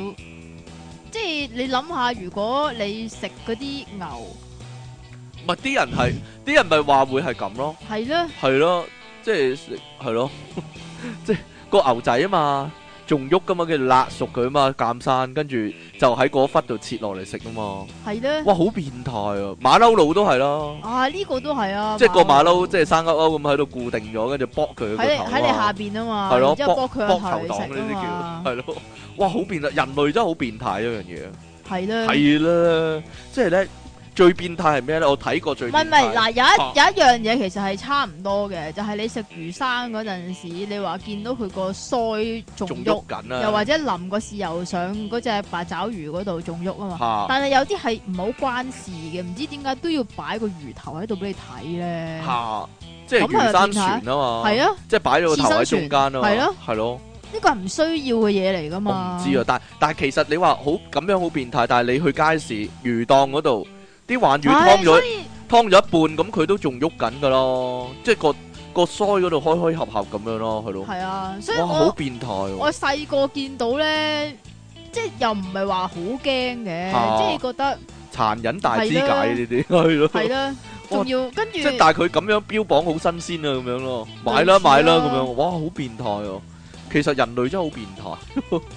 S1: 即係你諗下，如果你食嗰啲牛，
S2: 咪啲人係啲人咪話會係咁咯。
S1: 係咧，
S2: 系咯，即系食系咯， 即系个牛仔啊嘛，仲喐噶嘛，跟住辣熟佢啊嘛，鉴生，跟住就喺嗰忽度切落嚟食啊嘛，
S1: 係咧，
S2: 哇，好變態啊！馬騮佬都係啦，
S1: 啊呢個都係啊，
S2: 即係個馬騮即
S1: 係
S2: 係生勾勾咁喺度固定咗，跟住剝佢個頭
S1: 喺你喺你下
S2: 啊嘛，
S1: 邊啊嘛，
S2: 係咯，
S1: 然之後
S2: 剝
S1: 剝佢個
S2: 剝
S1: 頭
S2: 頭
S1: 嚟
S2: 黨呢
S1: 食
S2: 啲
S1: 啊
S2: 叫，
S1: 嘛，
S2: 係咯，哇，好變態！人類真係好變態一樣嘢，啊
S1: 係咧，
S2: 係啦，即係咧最變態係咩咧？我睇過最
S1: 唔係唔
S2: 變
S1: 係
S2: 態
S1: 嗱，有一有一樣嘢其實係差唔多嘅，就係你食魚生嗰陣時，你話見到佢個腮仲喐
S2: 仲喐，緊啊，
S1: 又或者淋個豉油上嗰只八爪魚嗰度仲喐啊嘛。
S2: 嚇
S1: 但係有啲係唔好關事嘅，唔知點解都要擺個魚頭喺度俾你睇咧。
S2: 嚇，即係
S1: 咁咪
S2: 魚
S1: 變
S2: 生
S1: 態
S2: 船啊嘛，
S1: 係啊，
S2: 即係擺咗個頭喺中間啊
S1: 刺
S2: 嘛，
S1: 身船係咯
S2: 係咯，
S1: 呢個係唔需要嘅嘢嚟噶
S2: 我唔
S1: 嘛。
S2: 知啊，但但係其實你話好咁樣好變態，但係你去街市魚檔嗰度啲鯇魚
S1: 唉
S2: 劏
S1: 所
S2: 咗
S1: 以
S2: 劏咗一半，咁佢都仲喐緊噶咯，即係個個腮嗰度開開合合咁樣咯，係咯，
S1: 係啊，所以
S2: 哇，好
S1: 我
S2: 變態喎，
S1: 我細個見到咧，即係又唔係話好驚嘅，
S2: 啊
S1: 即係覺得
S2: 殘忍大肢解
S1: 係啦啊
S2: 呢啲，係咯。
S1: 系啦，仲要跟住
S2: 即係但係佢咁樣標榜好新鮮啊，咁樣咯，買啦
S1: 類似
S2: 買啦
S1: 啦
S2: 咁樣，哇，好變態 哦！其實人類真係好變態。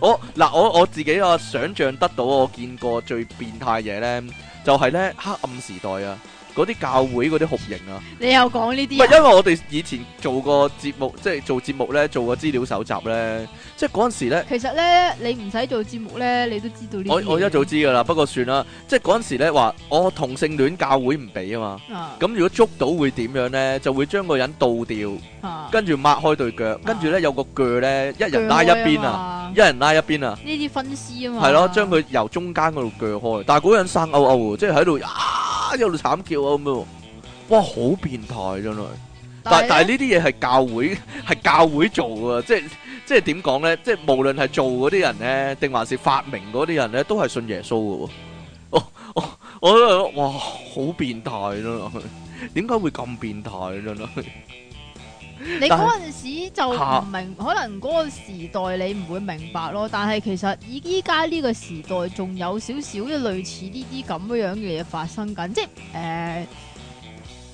S2: 我嗱我我自己啊，想像得到我見過最變態嘢咧，就係咧黑暗時代啊，嗰啲教會嗰啲酷刑啊。
S1: 你又講呢
S2: 唔
S1: 啲
S2: 係
S1: 啊，
S2: 因為我哋以前做過節目，即係做節目咧，做過資料搜集咧，即係嗰陣時咧。
S1: 其實咧你唔使做節目咧，你都知道呢啲
S2: 我
S1: 嘢
S2: 我一早知噶啦，不過算啦，即係嗰陣時咧話我同性戀教會唔俾啊嘛，
S1: 啊
S2: 咁如果捉到會點樣咧？就會將個人倒掉，
S1: 啊
S2: 跟住抹開對腳，跟住咧有個鋸咧，一人拉一邊啊，
S1: 啊
S2: 一，人拉一邊啊，
S1: 呢啲分屍啊嘛，
S2: 係咯，將佢由中間嗰度鋸開，但係嗰個人生勾勾喎，即係喺度啊，一路慘叫啊咁樣，哇，好變態真係！但
S1: 係
S2: 但係呢啲嘢係教會 係教會做嘅，即係即係點講咧？即係無論係做嗰啲人咧，定還是發明嗰啲人咧，都係信耶穌嘅喎。 我我我都係哇，好變態咯！點解會咁變態咧？真係
S1: 咧你
S2: 但係
S1: 嗰陣時就唔明，可能嗰個時代你唔會明白咯。但係其實依依家呢個時代仲有少少類似呢啲咁樣嘅嘢發生緊，即係誒。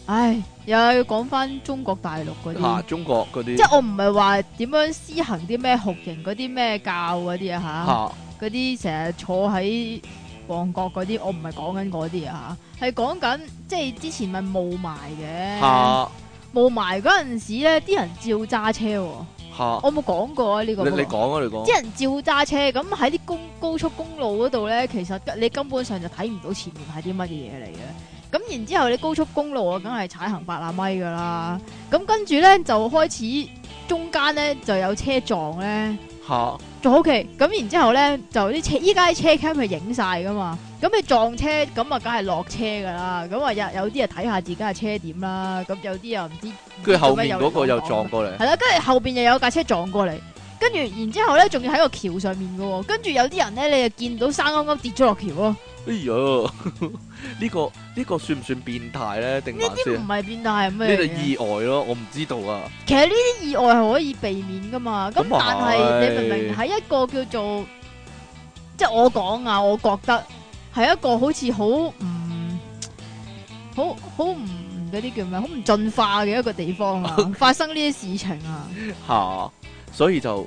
S1: 唉，又要講翻中國大陸嗰啲，
S2: 嚇中國嗰啲
S1: 即係我唔係話點樣施行啲咩酷刑嗰啲咩教嗰啲啊吓，
S2: 嚇
S1: 嗰啲成日坐喺旺角嗰啲，我唔係講緊嗰啲啊嚇，係講緊即係之前咪霧霾嘅，
S2: 嚇
S1: 霧霾嗰陣時咧，啲人照揸車喎，
S2: 嚇，
S1: 我冇講過啊呢個
S2: 啊你
S1: 不過。
S2: 你講啊，你講
S1: 啲人照揸車，咁喺啲公高速公路嗰度咧，其實你根本上就睇唔到前面係啲乜嘢嚟嘅。咁然之後，你高速公路啊，梗係踩行八啊米噶啦。咁跟住咧就開始中間咧就有車撞咧。
S2: 嚇
S1: 仲好奇，咁然之後咧就啲車，依家啲車 cam 係影晒噶嘛，咁你撞車咁啊，梗係落車噶啦，咁啊有有啲啊睇下自己架車點啦，咁有啲又唔知，
S2: 跟住後面嗰個又撞
S1: 係
S2: 過嚟，
S1: 啦，跟住後邊又有架車撞過嚟，跟住然之後咧仲要喺個橋上面噶喎，跟住有啲人咧你又見到生啱啱跌咗落橋咯，
S2: 哎呀！ 呢個呢個算唔算變態咧？定
S1: 呢
S2: 還
S1: 啲
S2: 是
S1: 唔係變態係
S2: 呢
S1: 咩
S2: 個
S1: 嚟嘅？
S2: 意外咯？我唔知道啊。
S1: 其實呢啲意外係可以避免噶嘛，咁
S2: 咁
S1: 但
S2: 啊
S1: 係你
S2: 係
S1: 明唔明喺一個叫做即係我講啊，我覺得係一個好似好唔好好唔嗰啲叫咩，好唔進化嘅一個地方 啊，發生呢啲事情啊，
S2: 吓、所以就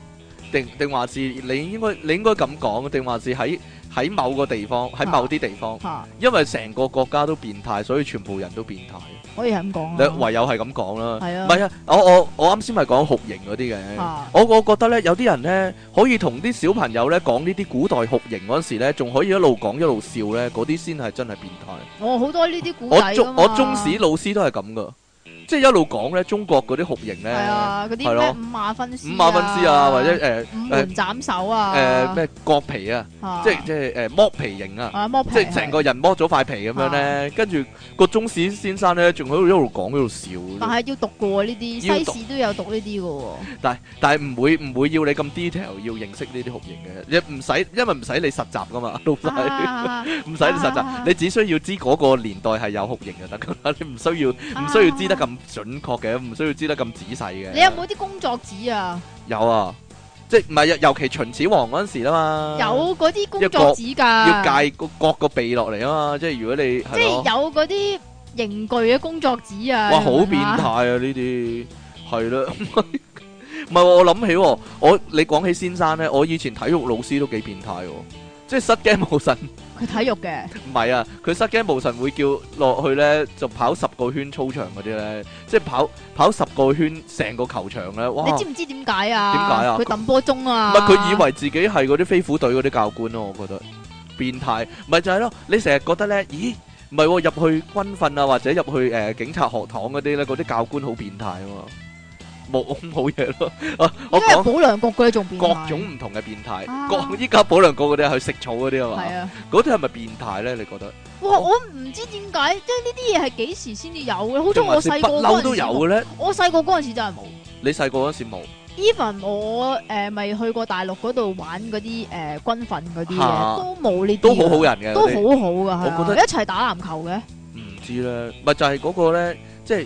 S2: 定定還是你應該你應該咁講，定還是喺喺某個地方，
S1: 啊
S2: 喺某啲地方，
S1: 吓
S2: 因為成個國家都變態，所以全部人都變態。
S1: 可以係咁講
S2: 你
S1: 啊，
S2: 唯有係咁講啦。
S1: 係啊啊
S2: 唔係啊，我我我啱先咪講酷刑嗰啲嘅。
S1: 嚇
S2: 我我覺得咧，有啲人咧可以同啲小朋友咧講呢啲古代酷刑嗰陣時咧，仲可以一路講一路笑咧，嗰啲先係真係變態。
S1: 我好多呢啲古仔
S2: 我
S1: 㗎嘛
S2: 中我中史老師都係咁噶，即係一路講咧中國嗰啲酷刑
S1: 係
S2: 咧，
S1: 啊，嗰
S2: 係
S1: 啲
S2: 咯
S1: 咩五馬分
S2: 五
S1: 屍
S2: 馬分屍啊，或者誒
S1: 五門斬首
S2: 誒
S1: 啊，
S2: 咩割皮啊。
S1: 嚇
S2: 即係即係誒剝皮型啊，
S1: 啊剝皮
S2: 即係成個人剝咗塊皮咁樣咧，跟住個中史先生咧仲喺度一路講一路
S1: 但
S2: 笑，
S1: 係要讀嘅喎呢啲，
S2: 要讀
S1: 西史都有讀呢啲嘅 喎。
S2: 但係但係唔會唔會要你咁 detail 要認識呢啲酷刑嘅，你唔使因為唔使你實習噶嘛，老細
S1: 啊
S2: 唔使你實習
S1: 啊，
S2: 你只需要知嗰個年代係有酷刑就得噶啦， 你唔需要
S1: 啊
S2: 唔需要知得咁準確嘅，唔需要知得咁仔細嘅。
S1: 你有冇啲工作紙啊？
S2: 有啊？即係唔係尤其秦始皇嗰陣時啦嘛，
S1: 有啊嗰啲工作紙㗎，
S2: 要戒啊個割個鼻落嚟啊嘛，即係如果你
S1: 即
S2: 係
S1: 係
S2: 咯。
S1: 有啊嗰啲刑具嘅工作紙啊。
S2: 哇，
S1: 你
S2: 好
S1: 明唔
S2: 變
S1: 明
S2: 態
S1: 啊！
S2: 啊！呢啲係啦， 唔係喎我諗起喎，我你講起先生咧，我以前體育老師都幾變態喎，即係失驚無神。
S1: 佢體育嘅，
S2: 唔係啊，佢失驚無神會叫落去咧，就跑十個圈操場嗰啲咧，即係跑跑十個圈成個球場咧，哇！
S1: 你
S2: 唔
S1: 知唔知點解啊？
S2: 點解啊
S1: 佢揼波鐘啊！
S2: 係佢以為自己係嗰啲飛虎隊嗰啲教官咯，我覺得變態，咪就係咯，你成日覺得咧，咦？唔係喎，入去軍訓啊，或者入去誒、呃警察學堂嗰啲咧，嗰啲教官好變態啊嘛，冇 冇嘢咯。啊我
S1: 應該係
S2: 講
S1: 保良局嗰啲仲變態
S2: 各種唔同嘅變態，
S1: 啊
S2: 各依家保良局嗰啲係去食草嗰啲啊
S1: 係
S2: 嘛，
S1: 啊！
S2: 嗰啲係咪變態咧？你覺得？
S1: 哇！我唔知點解，即係呢啲嘢係幾時先至有嘅？好彩
S2: 定還
S1: 我
S2: 是
S1: 細
S2: 不
S1: 個嗰
S2: 嬲
S1: 陣
S2: 都
S1: 時
S2: 有
S1: 冇
S2: 嘅咧？
S1: 我細個嗰陣時真係冇。
S2: 你細個嗰時冇
S1: even 我誒咪、去過大陸嗰度玩嗰啲誒軍訓嗰啲
S2: 嚇
S1: 嘢，都冇呢啲，
S2: 都好好，人嘅，
S1: 都
S2: 你
S1: 好好噶，係啊
S2: 我覺得
S1: 一齊打籃球嘅，
S2: 唔知咧，咪就係嗰個咧，即係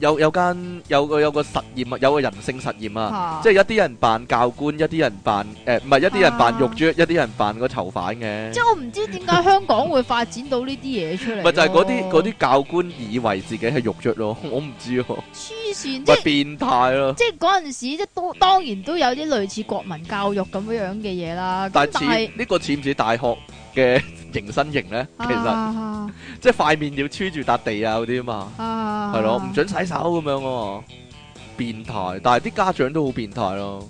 S2: 有有間有個有個實驗啊，有個人性實驗啊，
S1: 嚇
S2: 即係一啲人扮教官，一啲人扮誒唔係一啲人扮
S1: 啊
S2: 獄卒，一啲人扮個囚犯嘅
S1: 即。係我唔知點解香港會發展到呢啲嘢出嚟咯。
S2: 咪就係嗰啲嗰啲教官以為自己係獄卒咯， 我唔知喎，
S1: 黐線，即
S2: 咪
S1: 係
S2: 變態咯。
S1: 即係嗰陣時，即係都當然都有啲類似國民教育咁樣樣嘅嘢啦。
S2: 但
S1: 咁但
S2: 係
S1: 係
S2: 似呢個似唔似大學嘅 型身形咧？其實
S1: 啊
S2: 即係塊面要黐住笪地啊嗰啲嘛，
S1: 啊
S2: 係咯，唔准洗手咁樣喎，變態。但係啲家長都好變態咯，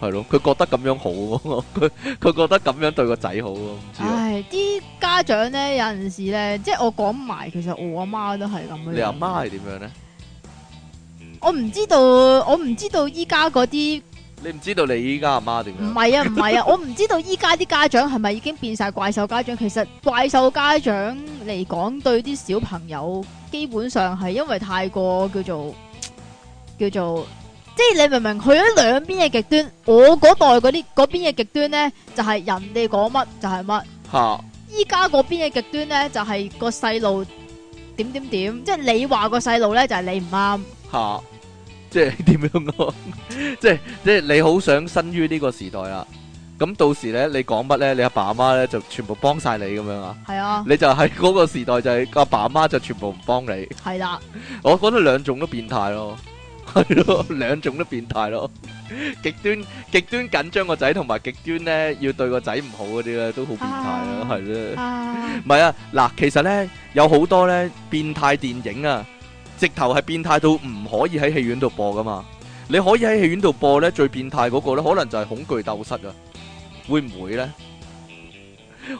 S2: 係咯，佢覺得咁樣好喎， 佢佢覺得咁樣對個仔好喎，唔知啊。
S1: 唉，啲家長咧有陣時咧，即係我講埋，其實我阿媽都係咁樣。
S2: 你阿媽係點樣咧？
S1: 我唔知道，我唔知道依家嗰啲
S2: 你唔知道你依家阿媽點
S1: 唔
S2: 樣？
S1: 係啊，唔係啊，我唔知道依家啲家長係咪已經變晒怪獸家長。其實怪獸家長嚟講，對啲小朋友基本上係因為太過叫做叫做，即係你明唔明？去咗兩邊嘅極端，我嗰代嗰啲嗰邊嘅極端呢，就係、人哋講乜就係乜。
S2: 嚇
S1: 依家嗰邊嘅極端呢，就係、個細路點點點，即係你話個細路呢，就係、你唔啱。
S2: 嚇， 即係點樣啊？ 即係即係你好想生於呢個時代啦。咁到時咧，你講乜咧，你阿爸阿媽咧就全部幫晒你咁樣啊？
S1: 係啊，
S2: 你就喺嗰個時代就係阿爸阿媽就全部唔幫你，
S1: 係啦，
S2: 我覺得兩種都變態咯， 係咯，兩種都變態咯，極端極端緊張個仔同埋極端咧要對個仔唔好嗰啲咧都好變態咯，
S1: 啊
S2: 係咯，
S1: 啊
S2: 唔係啊，嗱，其實咧有好多咧變態電影啊，直頭係變態到唔可以喺戲院度播噶嘛，你可以喺戲院度播咧，最變態嗰個咧可能就係恐懼鬥室啊，會唔會咧？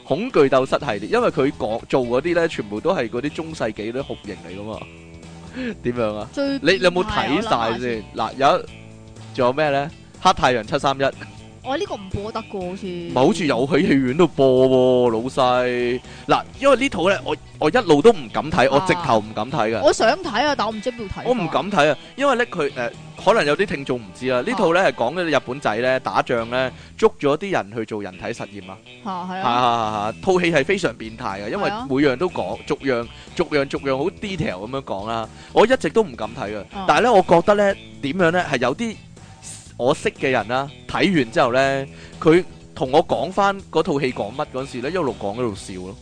S2: 恐懼鬥室系列，因為佢講做嗰啲咧，全部都係嗰啲中世紀啲酷刑嚟噶嘛。點樣啊？
S1: 最
S2: 你你有冇
S1: 變態
S2: 睇
S1: 我諗下
S2: 晒先？嗱，有仲有咩咧？黑太陽七三一，唔
S1: 我呢個唔播得噶，好似唔
S2: 係好似有喺戲院度播喎，老細。嗱，因為呢套咧，我我一路都唔敢睇，我
S1: 啊
S2: 直頭唔敢睇嘅。
S1: 我想睇啊，但我唔知邊度睇。
S2: 我唔。敢睇啊，因為咧佢誒可能有啲聽眾唔知啦，呢套咧係講緊日本仔咧打仗咧捉咗啲人去做人體實驗啊，
S1: 吓係
S2: 係
S1: 啊，
S2: 係係，套戲係非常變態嘅，因為
S1: 係啊
S2: 每樣都講，逐樣逐樣逐樣好 detail 咁樣講啦，我一直都唔敢睇嘅，
S1: 啊
S2: 但係咧我覺得咧點樣咧係有啲我識嘅人啦，睇完之後咧佢同我講翻嗰套戲講乜嗰陣時咧，一路講一路笑咯，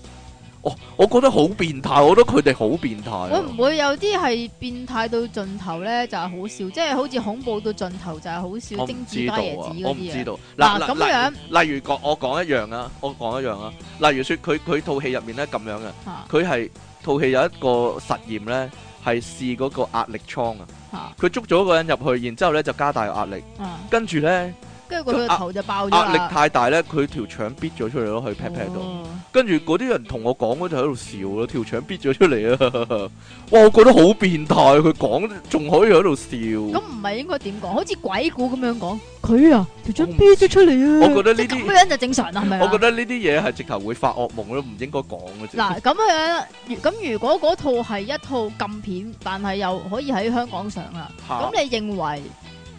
S2: 我我覺得好變態，我覺得佢哋好變態啊。
S1: 會唔會有啲係變態到盡頭咧？就係好笑，即係好似恐怖到盡頭就係好
S2: 我
S1: 笑，
S2: 唔
S1: 精
S2: 知
S1: 子
S2: 道
S1: 加椰
S2: 啊
S1: 子，
S2: 我
S1: 嗰
S2: 唔知
S1: 啲嘢。
S2: 道。
S1: 嗱
S2: 嗱
S1: 咁
S2: 嗱
S1: 樣
S2: 例如講，我講一樣啊，我講一樣啊。例如説，佢佢套戲入面咧咁樣嘅，
S1: 吓
S2: 佢係套戲有一個實驗咧，係試嗰個壓力倉啊。
S1: 吓
S2: 佢捉咗一個人入去，然之後咧就加大壓力，
S1: 啊！
S2: 跟住咧
S1: 跟住佢個頭就爆咗
S2: 壓
S1: 啦
S2: 力太大咧，佢條腸逼咗出嚟咯，喺 pat pat 度。
S1: 哦
S2: 跟住嗰啲人同我講嗰就喺度笑咯，條腸逼咗出嚟啊！ 哇，我覺得好變態，佢講仲可以喺度
S1: 咁
S2: 笑。
S1: 唔係應該點講？好似鬼故咁樣講，佢啊條
S2: 我
S1: 張
S2: 唔
S1: 啤咗出嚟啊！
S2: 我覺得呢
S1: 即係
S2: 啲
S1: 咁樣就正常啦，係咪啊
S2: 我覺得呢啲嘢係直頭會發惡夢咯，唔應該講嘅啫。
S1: 嗱咁樣，如咁如果嗰套係一套禁片，但係又可以喺香港上啦。
S2: 嚇
S1: 咁你認為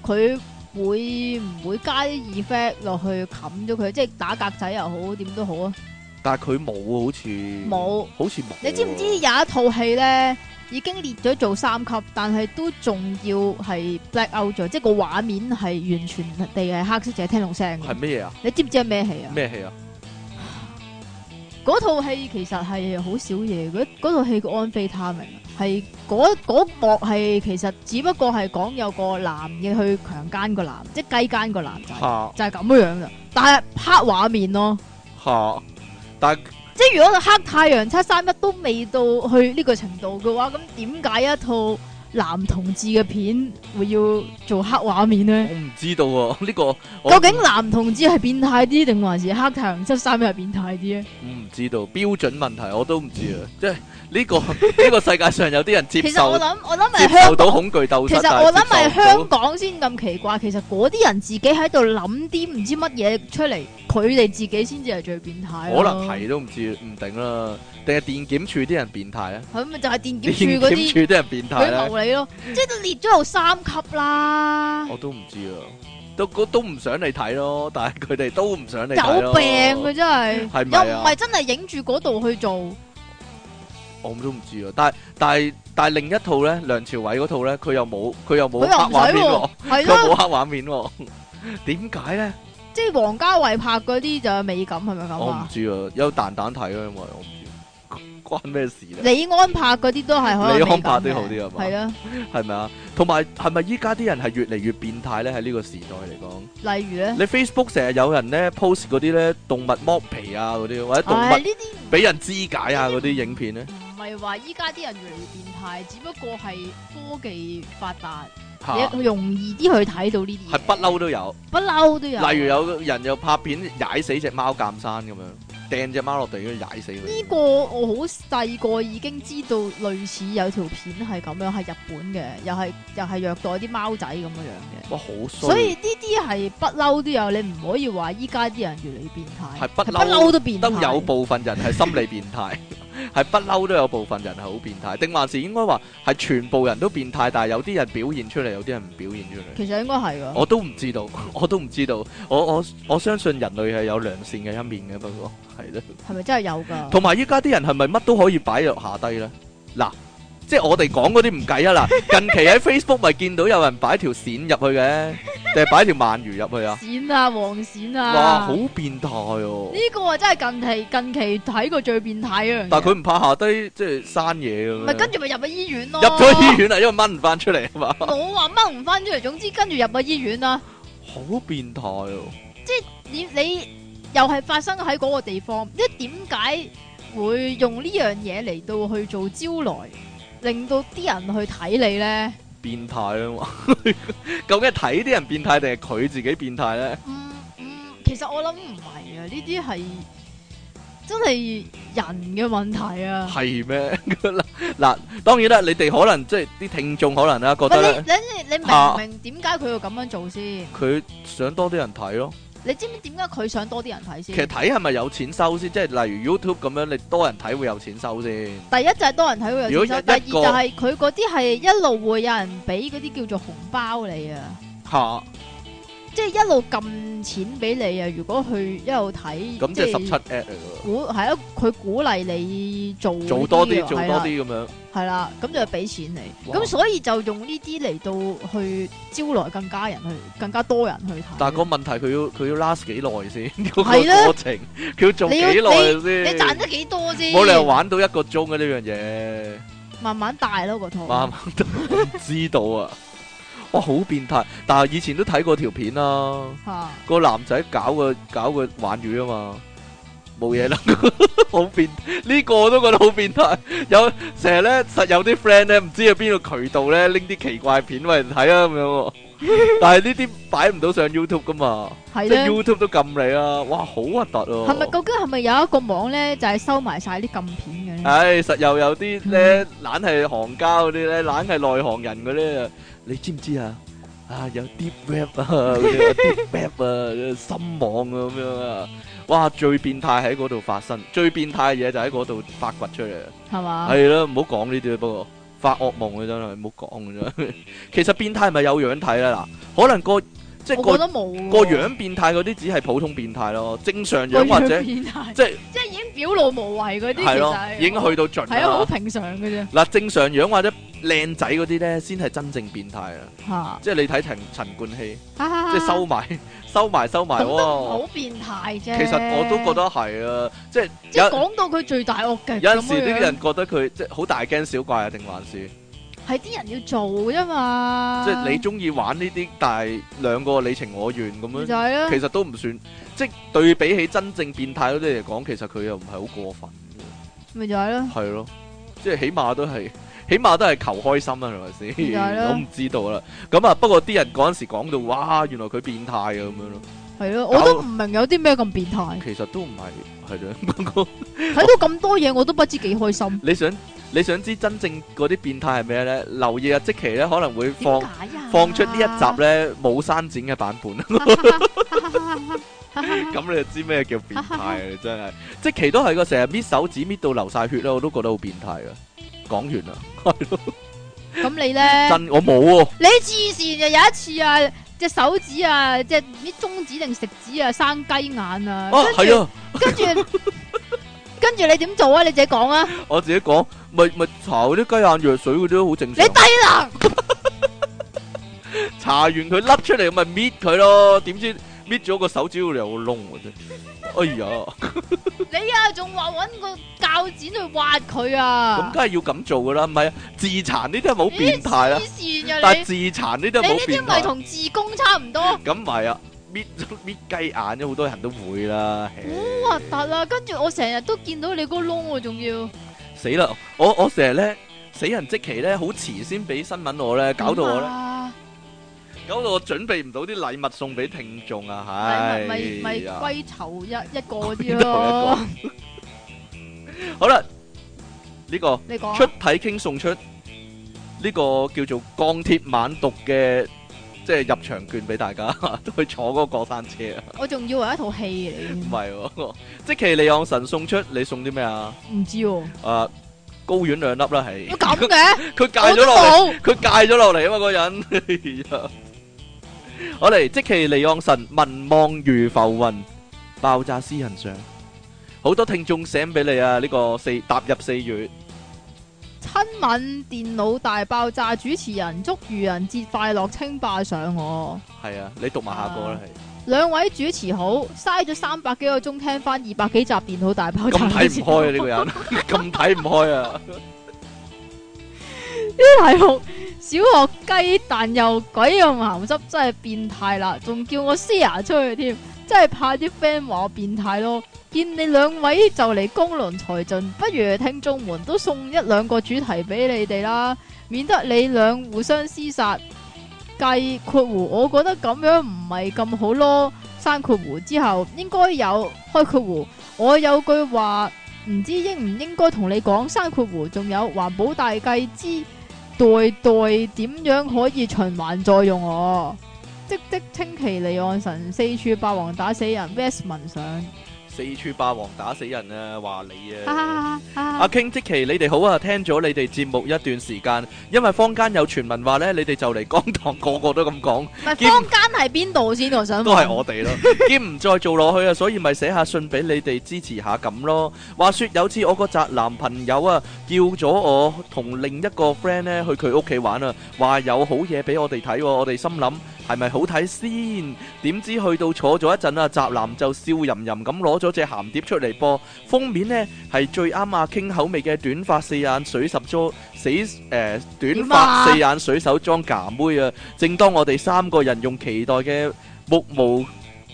S1: 佢會唔會加啲 effect 落去冚咗佢？即係打格仔又好，點都好啊！
S2: 但係佢冇喎好似
S1: 冇，
S2: 好似冇喎。
S1: 你知唔
S2: 嗯
S1: 知有一套戲咧已經列咗做三級，但係都仲要係 black out 咗，即係個畫面係完全地係黑色，淨係聽到聲嘅。
S2: 係咩嘢啊？
S1: 你知唔知係咩戲啊？
S2: 咩戲啊？
S1: 嗰套戲其實係好少嘢，嗰嗰套戲叫《安非他命》，啊係嗰嗰幕係其實只不過係講有個男嘅去強姦個男，即係雞姦個男仔，
S2: 嚇
S1: 就係咁樣樣啦。但係黑畫面咯，
S2: 嚇！但係
S1: 即係如果黑太陽七三一都未到去呢個程度嘅話，咁點解一套男同志嘅片會要做黑畫面呢？
S2: 我唔知道喎，呢個我
S1: 究竟男同志係變態啲，定還是黑太陽七三一係變態啲咧？
S2: 唔知道標準問題我都唔知啊！即係 呢個呢個世界上有啲人接
S1: 其實我
S2: 受
S1: 諗，我諗係
S2: 接
S1: 香
S2: 受到恐懼鬥
S1: 其
S2: 室，
S1: 實我
S2: 但
S1: 諗
S2: 係
S1: 係
S2: 接受
S1: 香
S2: 唔到
S1: 港先咁奇怪，其實嗰啲人自己喺度諗啲唔知乜嘢出嚟，佢哋自己先至係最變態咯。
S2: 可能係都唔知唔定啦，定係電檢處啲人變態咧？
S1: 係咪就係電
S2: 電
S1: 檢處嗰
S2: 檢處
S1: 啲
S2: 啲人變態啊
S1: 佢啊
S2: 咧？
S1: 謀你咯，即係都列咗有三級啦，
S2: 我都唔知啊，都都唔想你睇咯，但係佢哋都唔想你睇咯
S1: 有病嘅真係，
S2: 係咪啊
S1: 又唔係真係影住嗰度去做，
S2: 我都唔知啊，但係但係但係另一套咧，梁朝偉嗰套咧，佢又冇佢又冇
S1: 佢又唔
S2: 黑畫
S1: 使
S2: 面喎
S1: 喎，，係
S2: 佢冇
S1: 咯，
S2: 黑畫面喎，點解咧？
S1: 即係王家衛拍嗰啲就有美感係咪咁
S2: 我唔
S1: 啊？
S2: 知啊，有蛋蛋睇啊，因為我唔知關咩事咧，
S1: 李安拍嗰啲都係可能
S2: 李安拍
S1: 美感嘅
S2: 啲好啲係嘛
S1: 係
S2: 係咪啊？同埋係咪依家啲人係越嚟越變態咧？喺呢個時代嚟講，
S1: 啦，例如咧，
S2: 你 Facebook 成日有人咧 post 嗰啲咧動物剝皮啊嗰啲，或者動
S1: 唉
S2: 物
S1: 呢啲
S2: 俾人肢解啊嗰啲影片咧，
S1: 唔係話依家啲人越嚟越變態，只不過係科技發達，
S2: 嚇
S1: 你容易啲去睇到呢啲
S2: 啊
S1: 嘢，
S2: 係不嬲都有。
S1: 不嬲都有。
S2: 例如有人又拍片踩死只貓鑑山咁樣，掟只貓落地跟住踩死佢。
S1: 呢個我好細個已經知道，類似有條片係咁樣，係日本嘅，又係又係虐待啲貓仔咁樣樣嘅。
S2: 哇好衰，啊
S1: 所以呢啲係不嬲都有，你唔可以話依家啲人越嚟越變態，
S2: 係不嬲
S1: 嬲都變態。
S2: 都有部分人係心理變態， 係不嬲都有部分人係好變態，定還是應該話係全部人都變態，但係有啲人表現出嚟，有啲人唔表現出嚟。
S1: 其實應該係㗎。
S2: 我都唔知道， 我都唔知道，我我我相信人類係有良善嘅一面嘅，不過係咯。
S1: 係咪真係有㗎？
S2: 同埋依家啲人係咪乜都可以擺落下低呢？嗱，即係我哋講嗰啲唔計啊 嗱，近期喺 Facebook 咪見到有人擺條線入去嘅，定係擺條鰻魚入去啊？
S1: 閃啊，黃閃啊！
S2: 哇，好變態哦！
S1: 呢個真係近期近期睇過最變態啊！
S2: 但係佢唔怕下低即係生嘢咁
S1: 咪
S2: 樣
S1: 跟。住咪入咗醫院咯。
S2: 入咗醫院啊，因為掹唔翻出嚟啊嘛，
S1: 我話掹唔翻出嚟，總之跟住入咗醫院啦。
S2: 好變態哦！
S1: 你你又係發生喺嗰個地方，即係點解會用呢樣嘢嚟到去做招來，令到啲人去睇你咧？
S2: 變態啊嘛， 究竟係睇啲人變態定係佢自己變態咧？
S1: 嗯嗯，其實我諗唔係啊，呢啲係真係人嘅問題啊。
S2: 係咩？ 嗱嗱，當然啦，你哋可能即係啲聽眾可能啦，啊覺得啊
S1: 喂，你
S2: 咧
S1: 你你明唔明點解佢要咁樣做先？
S2: 佢想多啲人睇咯。
S1: 你知唔知點解佢想多啲人睇
S2: 其
S1: 先？
S2: 實睇係咪有錢收先？即係例如 YouTube 咁樣，你多人睇會有錢收先。
S1: 第一就係多人睇會有錢收，
S2: 如
S1: 第
S2: 果
S1: 二
S2: 一
S1: 就係佢嗰啲係一路會有人俾嗰啲叫做紅包你啊，
S2: 嚇，
S1: 即係一路撳錢俾你啊。如果去一路睇，
S2: 咁即
S1: 係
S2: 係十七 at 嚟㗎
S1: 鼓係啊，佢鼓勵你做
S2: 喎，做多
S1: 呢
S2: 啲，
S1: 啊
S2: 做多，啲咁樣。
S1: 係啦係啦，咁就俾錢你。
S2: 哇
S1: 咁所以就用呢啲嚟到去招來更加人去，更加多人去睇。
S2: 但係個問題，佢要佢要 last 幾耐先？呢個
S1: 係咧
S2: 過程，佢要做
S1: 你
S2: 幾
S1: 要
S2: 耐
S1: 你
S2: 先？
S1: 賺得幾多先？
S2: 冇理由玩到一個鐘嘅呢樣嘢，
S1: 慢慢大咯個套。
S2: 慢慢都我唔知道啊！哇，好變態！但係以前都睇過條片啦，
S1: 嚇
S2: 個男仔搞個搞個玩魚啊嘛，冇嘢啦， 好變呢、個我都覺得好變態。有成日咧，實有啲 friend 咧，唔知喺邊個渠道咧拎啲奇怪片喂睇啊咁樣 喎。但係呢啲擺唔到上 YouTube 噶嘛，
S1: 係
S2: 即
S1: 咧
S2: 係。YouTube 都禁你啊！哇，好核突
S1: 係
S2: 啊！
S1: 咪究竟係咪有一個網咧，就係收埋晒啲禁片嘅咧？
S2: 唉，實又有啲咧，懶係行家嗰啲咧，懶係內行人嗰啲啊，你知唔知啊？啊，有 deep web 啊，嗰啲啊 deep web 啊，深網啊咁樣啊，哇！最變態喺嗰度發生，最變態嘅嘢就喺嗰度發掘出嚟啊！
S1: 係嘛？
S2: 係啦，唔好講呢啲啦，不過發惡夢啊真係，唔好講啊真係。 其實變態係咪有樣睇啦？嗱，可能個即係
S1: 我覺
S2: 個
S1: 得冇喎
S2: 個樣變態嗰啲只係普通變態咯，正常
S1: 個
S2: 樣
S1: 樣
S2: 或者
S1: 變態
S2: 即係
S1: 即係已經表露無遺嗰啲，其
S2: 係咯，
S1: 實
S2: 已經去到盡
S1: 係啊，
S2: 啦
S1: 好。平常嘅啫
S2: 嗱，正常樣或者靚仔嗰啲咧，先係真正變態啊！
S1: 嚇，
S2: 即係你睇陳陳冠希，
S1: 即
S2: 即係收埋、 收埋、收埋
S1: 講得啊唔
S2: 喎。
S1: 好變態啫。
S2: 其實我都覺得係啊，即係
S1: 即係
S2: 有
S1: 講到佢最大惡極
S2: 有
S1: 咁
S2: 陣時啲
S1: 樣
S2: 人覺得佢即係好大驚小怪啊，定還是
S1: 係啲人要做啫嘛。
S2: 即係你中意玩呢啲，但係兩個你情我願咁
S1: 咪
S2: 樣
S1: 就，係啦
S2: 其，實都唔算。即係對比起真正變態嗰啲嚟講，其實佢又唔係好過分嘅，
S1: 咪就係啦。
S2: 係咯，即係起碼都係。 起碼都係求開心啊，係咪
S1: 咪就係
S2: 先？
S1: 咯
S2: 我唔知道啦。咁啊，不過啲人嗰陣時講到，哇，原來佢變態啊 咁樣咯。
S1: 係咯，我都唔明有啲咩咁變態，
S2: 其實都唔係，係咯。 不過
S1: 睇到咁多嘢我都不知幾開心。
S2: 你想你想知真正嗰啲變態係咩咧？留意啊，即期咧可能會放
S1: 點解啊呀？
S2: 放出呢一 集咧冇刪剪嘅版本， 咁你就知咩叫變態啊！你真係即期都係個成日搣手指搣到流晒血咧，我都覺得好變態噶。講完啦，
S1: 咁你咧？
S2: 真我冇喎。
S1: 你黐線嘅有一次啊，隻手指啊，隻
S2: 哦
S1: 唔知中指定食指啊，生雞眼啊，
S2: 啊，係啊。
S1: 跟住跟住跟住你點做啊？你自己講啊！
S2: 我自己講，咪咪搽嗰啲雞眼藥水嗰啲都好正
S1: 你
S2: 常。
S1: 低能，
S2: 搽完佢甩出嚟咪搣佢咯，點知搣咗個手指有個窿嘅啫。哎呀，
S1: 你啊仲話搵個铰剪去挖佢啊
S2: 咁？梗係要咁做噶啦，唔係啊自殘呢啲係冇變態啦
S1: 黐，線啊
S2: 但
S1: 你
S2: 係！自殘呢
S1: 你呢
S2: 啲係冇
S1: 啲
S2: 變
S1: 咪
S2: 態。
S1: 同自宫差唔多，好
S2: 咁咪啊，搣搣雞眼啫，好多人都會啦。唉
S1: 核突啦！跟住我成日都見到你個窿喎，仲要
S2: 死啦！我我成日咧死人即期咧，好遲先俾新聞我咧，搞到我咧，
S1: 咧，
S2: 搞到我準備唔到啲禮物送俾聽眾啊！
S1: 咪
S2: 唉，
S1: 咪咪
S2: 哎呀
S1: 歸囚一一個嗰
S2: 邊
S1: 啲
S2: 度
S1: 咯。
S2: 有 一個好啦，呢、個
S1: 你講
S2: 出
S1: 啊
S2: 體傾送出呢、個叫做鋼鐵猛毒嘅，即係入場券俾大家 去坐嗰個過山車啊！
S1: 我仲以為一套戲嚟
S2: 唔係喎， 即其利昂神送出，你送啲咩啊？
S1: 嘅，唔知喎。
S2: 啊，高丸兩粒啦，係
S1: 乜咁嘅，
S2: 佢
S1: 我
S2: 戒
S1: 都
S2: 咗落嚟。
S1: 冇。
S2: 佢戒咗落嚟啊嘛，個 人。哎呀我嚟即其利昂神，民望如浮雲，爆炸私人相。好多聽眾醒俾你啊！呢、個四踏入四月，
S1: 親吻電腦大爆炸主持人，祝愚人節快樂，稱霸上我。
S2: 係啊，你讀埋下個啦，係
S1: 兩位主持好，嘥咗三百幾個鐘聽翻二百幾集電腦大爆炸。
S2: 咁睇唔開啊！呢個人 咁睇唔開啊！
S1: 題目：小學雞蛋又鬼咁鹹濕，真係變態啦！仲叫我 share 出去添，真係怕啲 friend 話我變態咯。見你兩位就嚟功論才盡，不如聽眾們都送一兩個主題俾你哋啦，免得你兩互相廝殺。計括弧，我覺得咁樣唔係咁好咯。刪括弧之後應該有開括弧，我有句話唔知應唔應該同你講。刪括弧仲有環保大計之。代代點樣可以循環再用我？即即清奇離岸神，四處霸王打死人，Westman 上，
S2: 四處霸王打死人啊！話你
S1: 哈
S2: 啊！
S1: 哈
S2: 阿
S1: 哈哈！
S2: King 即其你哋好啊！聽咗你哋節目一段時間，因為坊間有傳聞話呢，你哋就嚟江堂，個個都咁講。
S1: 唔係
S2: 兼
S1: 坊間係邊度先？我想問
S2: 都係我哋咯， 兼唔再做落去啊，所以咪寫下信俾你哋支持下咁咯。話說有次我個宅男朋友啊，叫咗我同另一個 friend 咧去佢屋企玩啊，話有好嘢俾我哋睇喎，我哋心諗係咪好睇先？點知去到坐咗一陣啊，宅男就笑吟吟咁攞咗隻鹹碟出嚟噃，封面呢係最啱阿傾口味嘅短髮四眼水十裝死誒、呃短
S1: 點啊
S2: 髮四眼水手裝假妹啊！正當我哋三個人用期待嘅目無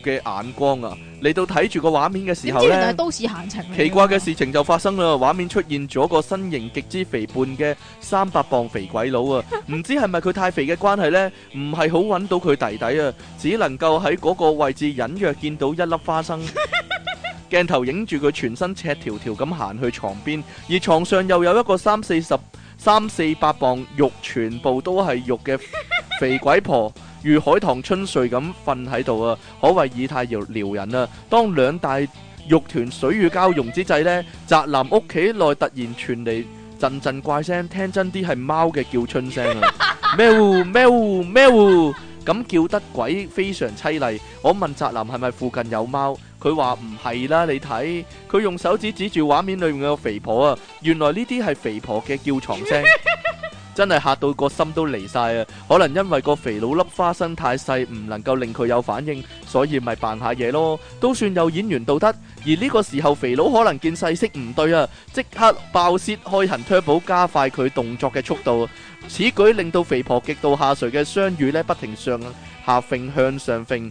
S2: 嘅眼光啊，嚟到睇住個畫面嘅時
S1: 點
S2: 候
S1: 知原來係
S2: 呢，
S1: 都市閒情嚟㗎
S2: 奇怪嘅，事情就發生啦！畫面出現咗個身形極之肥胖嘅三百磅肥鬼佬啊，唔知係咪佢太肥嘅關係呢？唔係好揾到佢弟弟啊，只能夠喺嗰個位置隱約見到一粒花生。鏡頭影住佢全身赤條條咁行去床邊，而床上又有一個三四十、三四百磅肉，全部都係肉嘅肥鬼婆，如海棠春睡咁瞓喺度啊，可謂以態搖撩人啊！當兩大肉團水乳交融之際呢，宅男屋企內突然傳嚟陣陣怪聲，聽真啲係貓嘅叫春聲啊！喵喵喵咁叫得鬼非常凄厲。我問宅男係咪附近有貓，佢話唔係啦，你睇佢用手指指住畫面裏面嘅肥婆啊，原來呢啲係肥婆嘅叫床聲。真係嚇到個心都離晒啊！可能因為個肥佬粒花生太細，唔能夠令佢有反應，所以咪扮下嘢咯，都算有演員道德。而呢個時候，肥佬可能見勢色唔對啊，即刻爆泄開行 turbo，加快佢動作嘅速度。此舉令到肥婆極度下垂嘅雙乳呢，不停上下揈向上揈，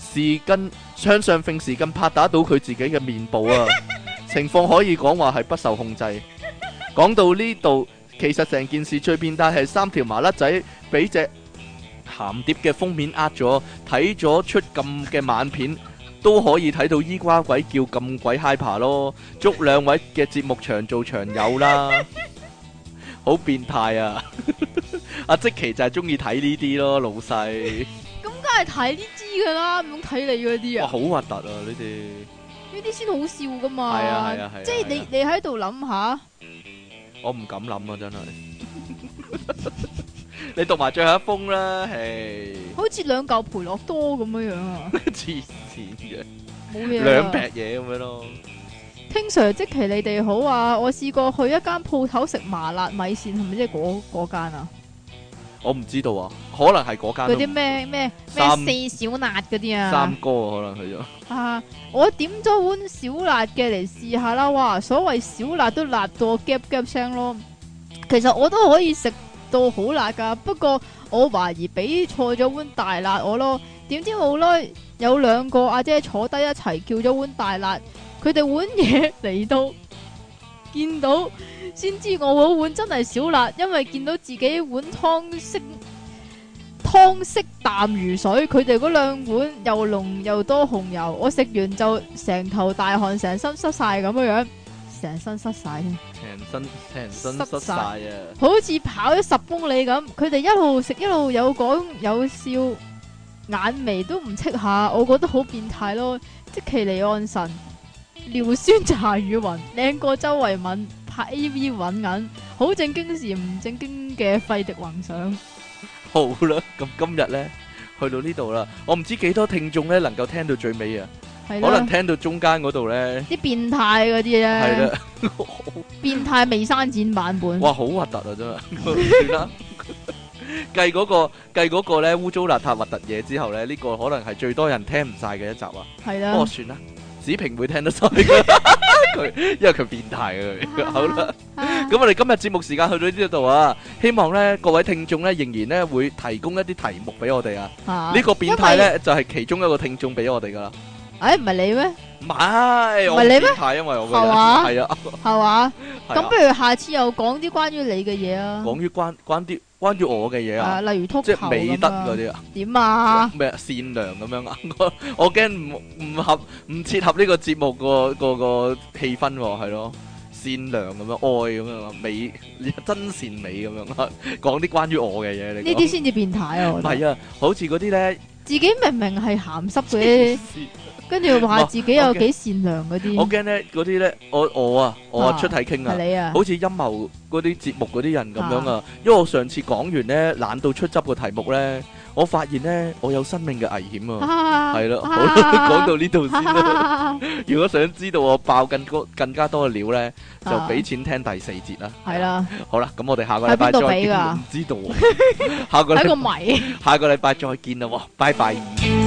S2: 匙羹 向上揈匙羹拍打到佢自己嘅面部啊！情況可以講話係不受控制。講到呢度，其實成件事最變態係三條麻甩仔俾只鹹碟嘅封面呃咗，睇咗出咁嘅晚片。都可以睇到伊瓜鬼叫咁鬼 h y p e 咯，祝兩位嘅節目長做長 有啦，好變態啊！ 阿即奇就係中意睇呢啲咯，老細，
S1: 梗係睇呢啲㗎啦，唔通睇你嗰啲
S2: 哇，
S1: 啊？
S2: 好核突啊！呢啲，
S1: 呢啲先好笑㗎嘛。
S2: 啊係啊係啊係啊
S1: 哦即係
S2: 係啊
S1: 你你喺度諗下，
S2: 我唔敢諗啊，真係。 你讀埋最後一封啦， 係
S1: 好似兩嚿培樂 多咁樣樣啊，
S2: 黐線嘅，
S1: 冇嘢啊。
S2: 兩劈嘢咁樣咯。
S1: 聽 Sir 即其你哋好啊！我試過去一間鋪頭食麻辣米線，係咪即係嗰嗰間啊？
S2: 我唔知道啊，可能係嗰
S1: 嗰
S2: 間
S1: 啲咩咩
S2: 三
S1: 咩四小辣嗰啲
S2: 都
S1: 啊？
S2: 三哥啊，可能去咗。
S1: 啊！我點咗碗小辣嘅嚟試下啦，哇！所謂小辣都辣到我夾夾聲咯。其實我都可以食到好辣噶，不過我懷疑俾錯咗碗大辣我咯。點知冇耐有兩個阿姐坐低一齊叫咗碗大辣，佢哋碗嘢嚟到見到，先知我嗰碗真係小辣，因為見到自己碗湯色。湯色淡如水，佢哋嗰兩碗又濃又多紅油，我食完就成頭大汗，成身濕晒咁樣樣，成身濕晒添，
S2: 成身成身
S1: 濕
S2: 濕晒啊！
S1: 好似跑咗十公里咁。佢哋一路食一路有講有笑，眼眉都唔戚下，我覺得好變態咯。即其離岸神，尿酸茶雨雲，靚過周慧敏拍 A V 揾銀，好正經時唔正經嘅費迪幻想。
S2: 好啦，咁今日咧去到呢度啦，我唔知幾多聽眾咧能夠聽到最尾啊，
S1: 係
S2: 可
S1: 啦，
S2: 能聽到中間嗰度咧，
S1: 啲變態嗰啲咧。
S2: 係啦，
S1: 變態未刪剪版本，
S2: 哇，好核突啊，真係，算啦。計嗰個計嗰個咧污糟邋遢核突嘢之後咧，呢個可能係最多人聽唔晒嘅一集啊。
S1: 係
S2: 不過
S1: 啦，
S2: 算啦，子平會聽得晒嘅佢，因為佢變態嘅佢。好啦。
S1: 咁
S2: 咁我哋今日節目時間去到呢度啊，希望咧各位聽眾咧仍然咧會提供一啲題目俾我哋啊。呢
S1: 呢
S2: 個變態，咧就係其中一個聽眾俾我哋噶啦。
S1: 誒哎唔係你咩？
S2: 唔
S1: 唔係
S2: 係，我唔
S1: 你咩
S2: 變態，因為我個人
S1: 係嘛
S2: 係啊，
S1: 係嘛？
S2: 係
S1: 咁
S2: 啊
S1: 不如下次又講啲關於你嘅嘢啊，
S2: 講於關關啲關於我嘅嘢
S1: 啊
S2: 啊，
S1: 例如禿
S2: 即
S1: 頭
S2: 係美德
S1: 咁
S2: 嗰
S1: 啊，
S2: 啲啊，
S1: 點啊？
S2: 咩善良咁樣啊。 我我驚唔唔合唔切合呢個節目個個個氣氛喎，係咯。善良咁樣，愛咁樣啊，美真善美咁樣啊，講啲關於我嘅嘢你
S1: 呢
S2: 講
S1: 啲先至變態啊！
S2: 唔
S1: 我覺得
S2: 係啊，好似嗰啲咧，
S1: 自己明明係鹹濕嘅，跟住話自己有幾善良嗰
S2: 我
S1: 啲，
S2: 驚咧嗰啲咧，我我啊，我啊
S1: 啊
S2: 出體傾啊
S1: 係，你啊？
S2: 好似陰謀嗰啲節目嗰啲人咁樣啊，因為我上次講完咧，懶到出汁個題目咧，我發現咧我有生命嘅危險啊，係咯，好啦， 講到呢度 先啦。
S1: 到
S2: 如果想知道我爆更多更加多嘅料咧，就俾錢聽第四節啦。
S1: 係， 啦，
S2: 好啦，咁我哋下個禮拜
S1: 喺邊度
S2: 再
S1: 俾
S2: 見，
S1: 㗎
S2: 唔知道喎，下個
S1: 係一個
S2: 禮
S1: 謎。
S2: 下個禮拜再見啦喎，拜拜。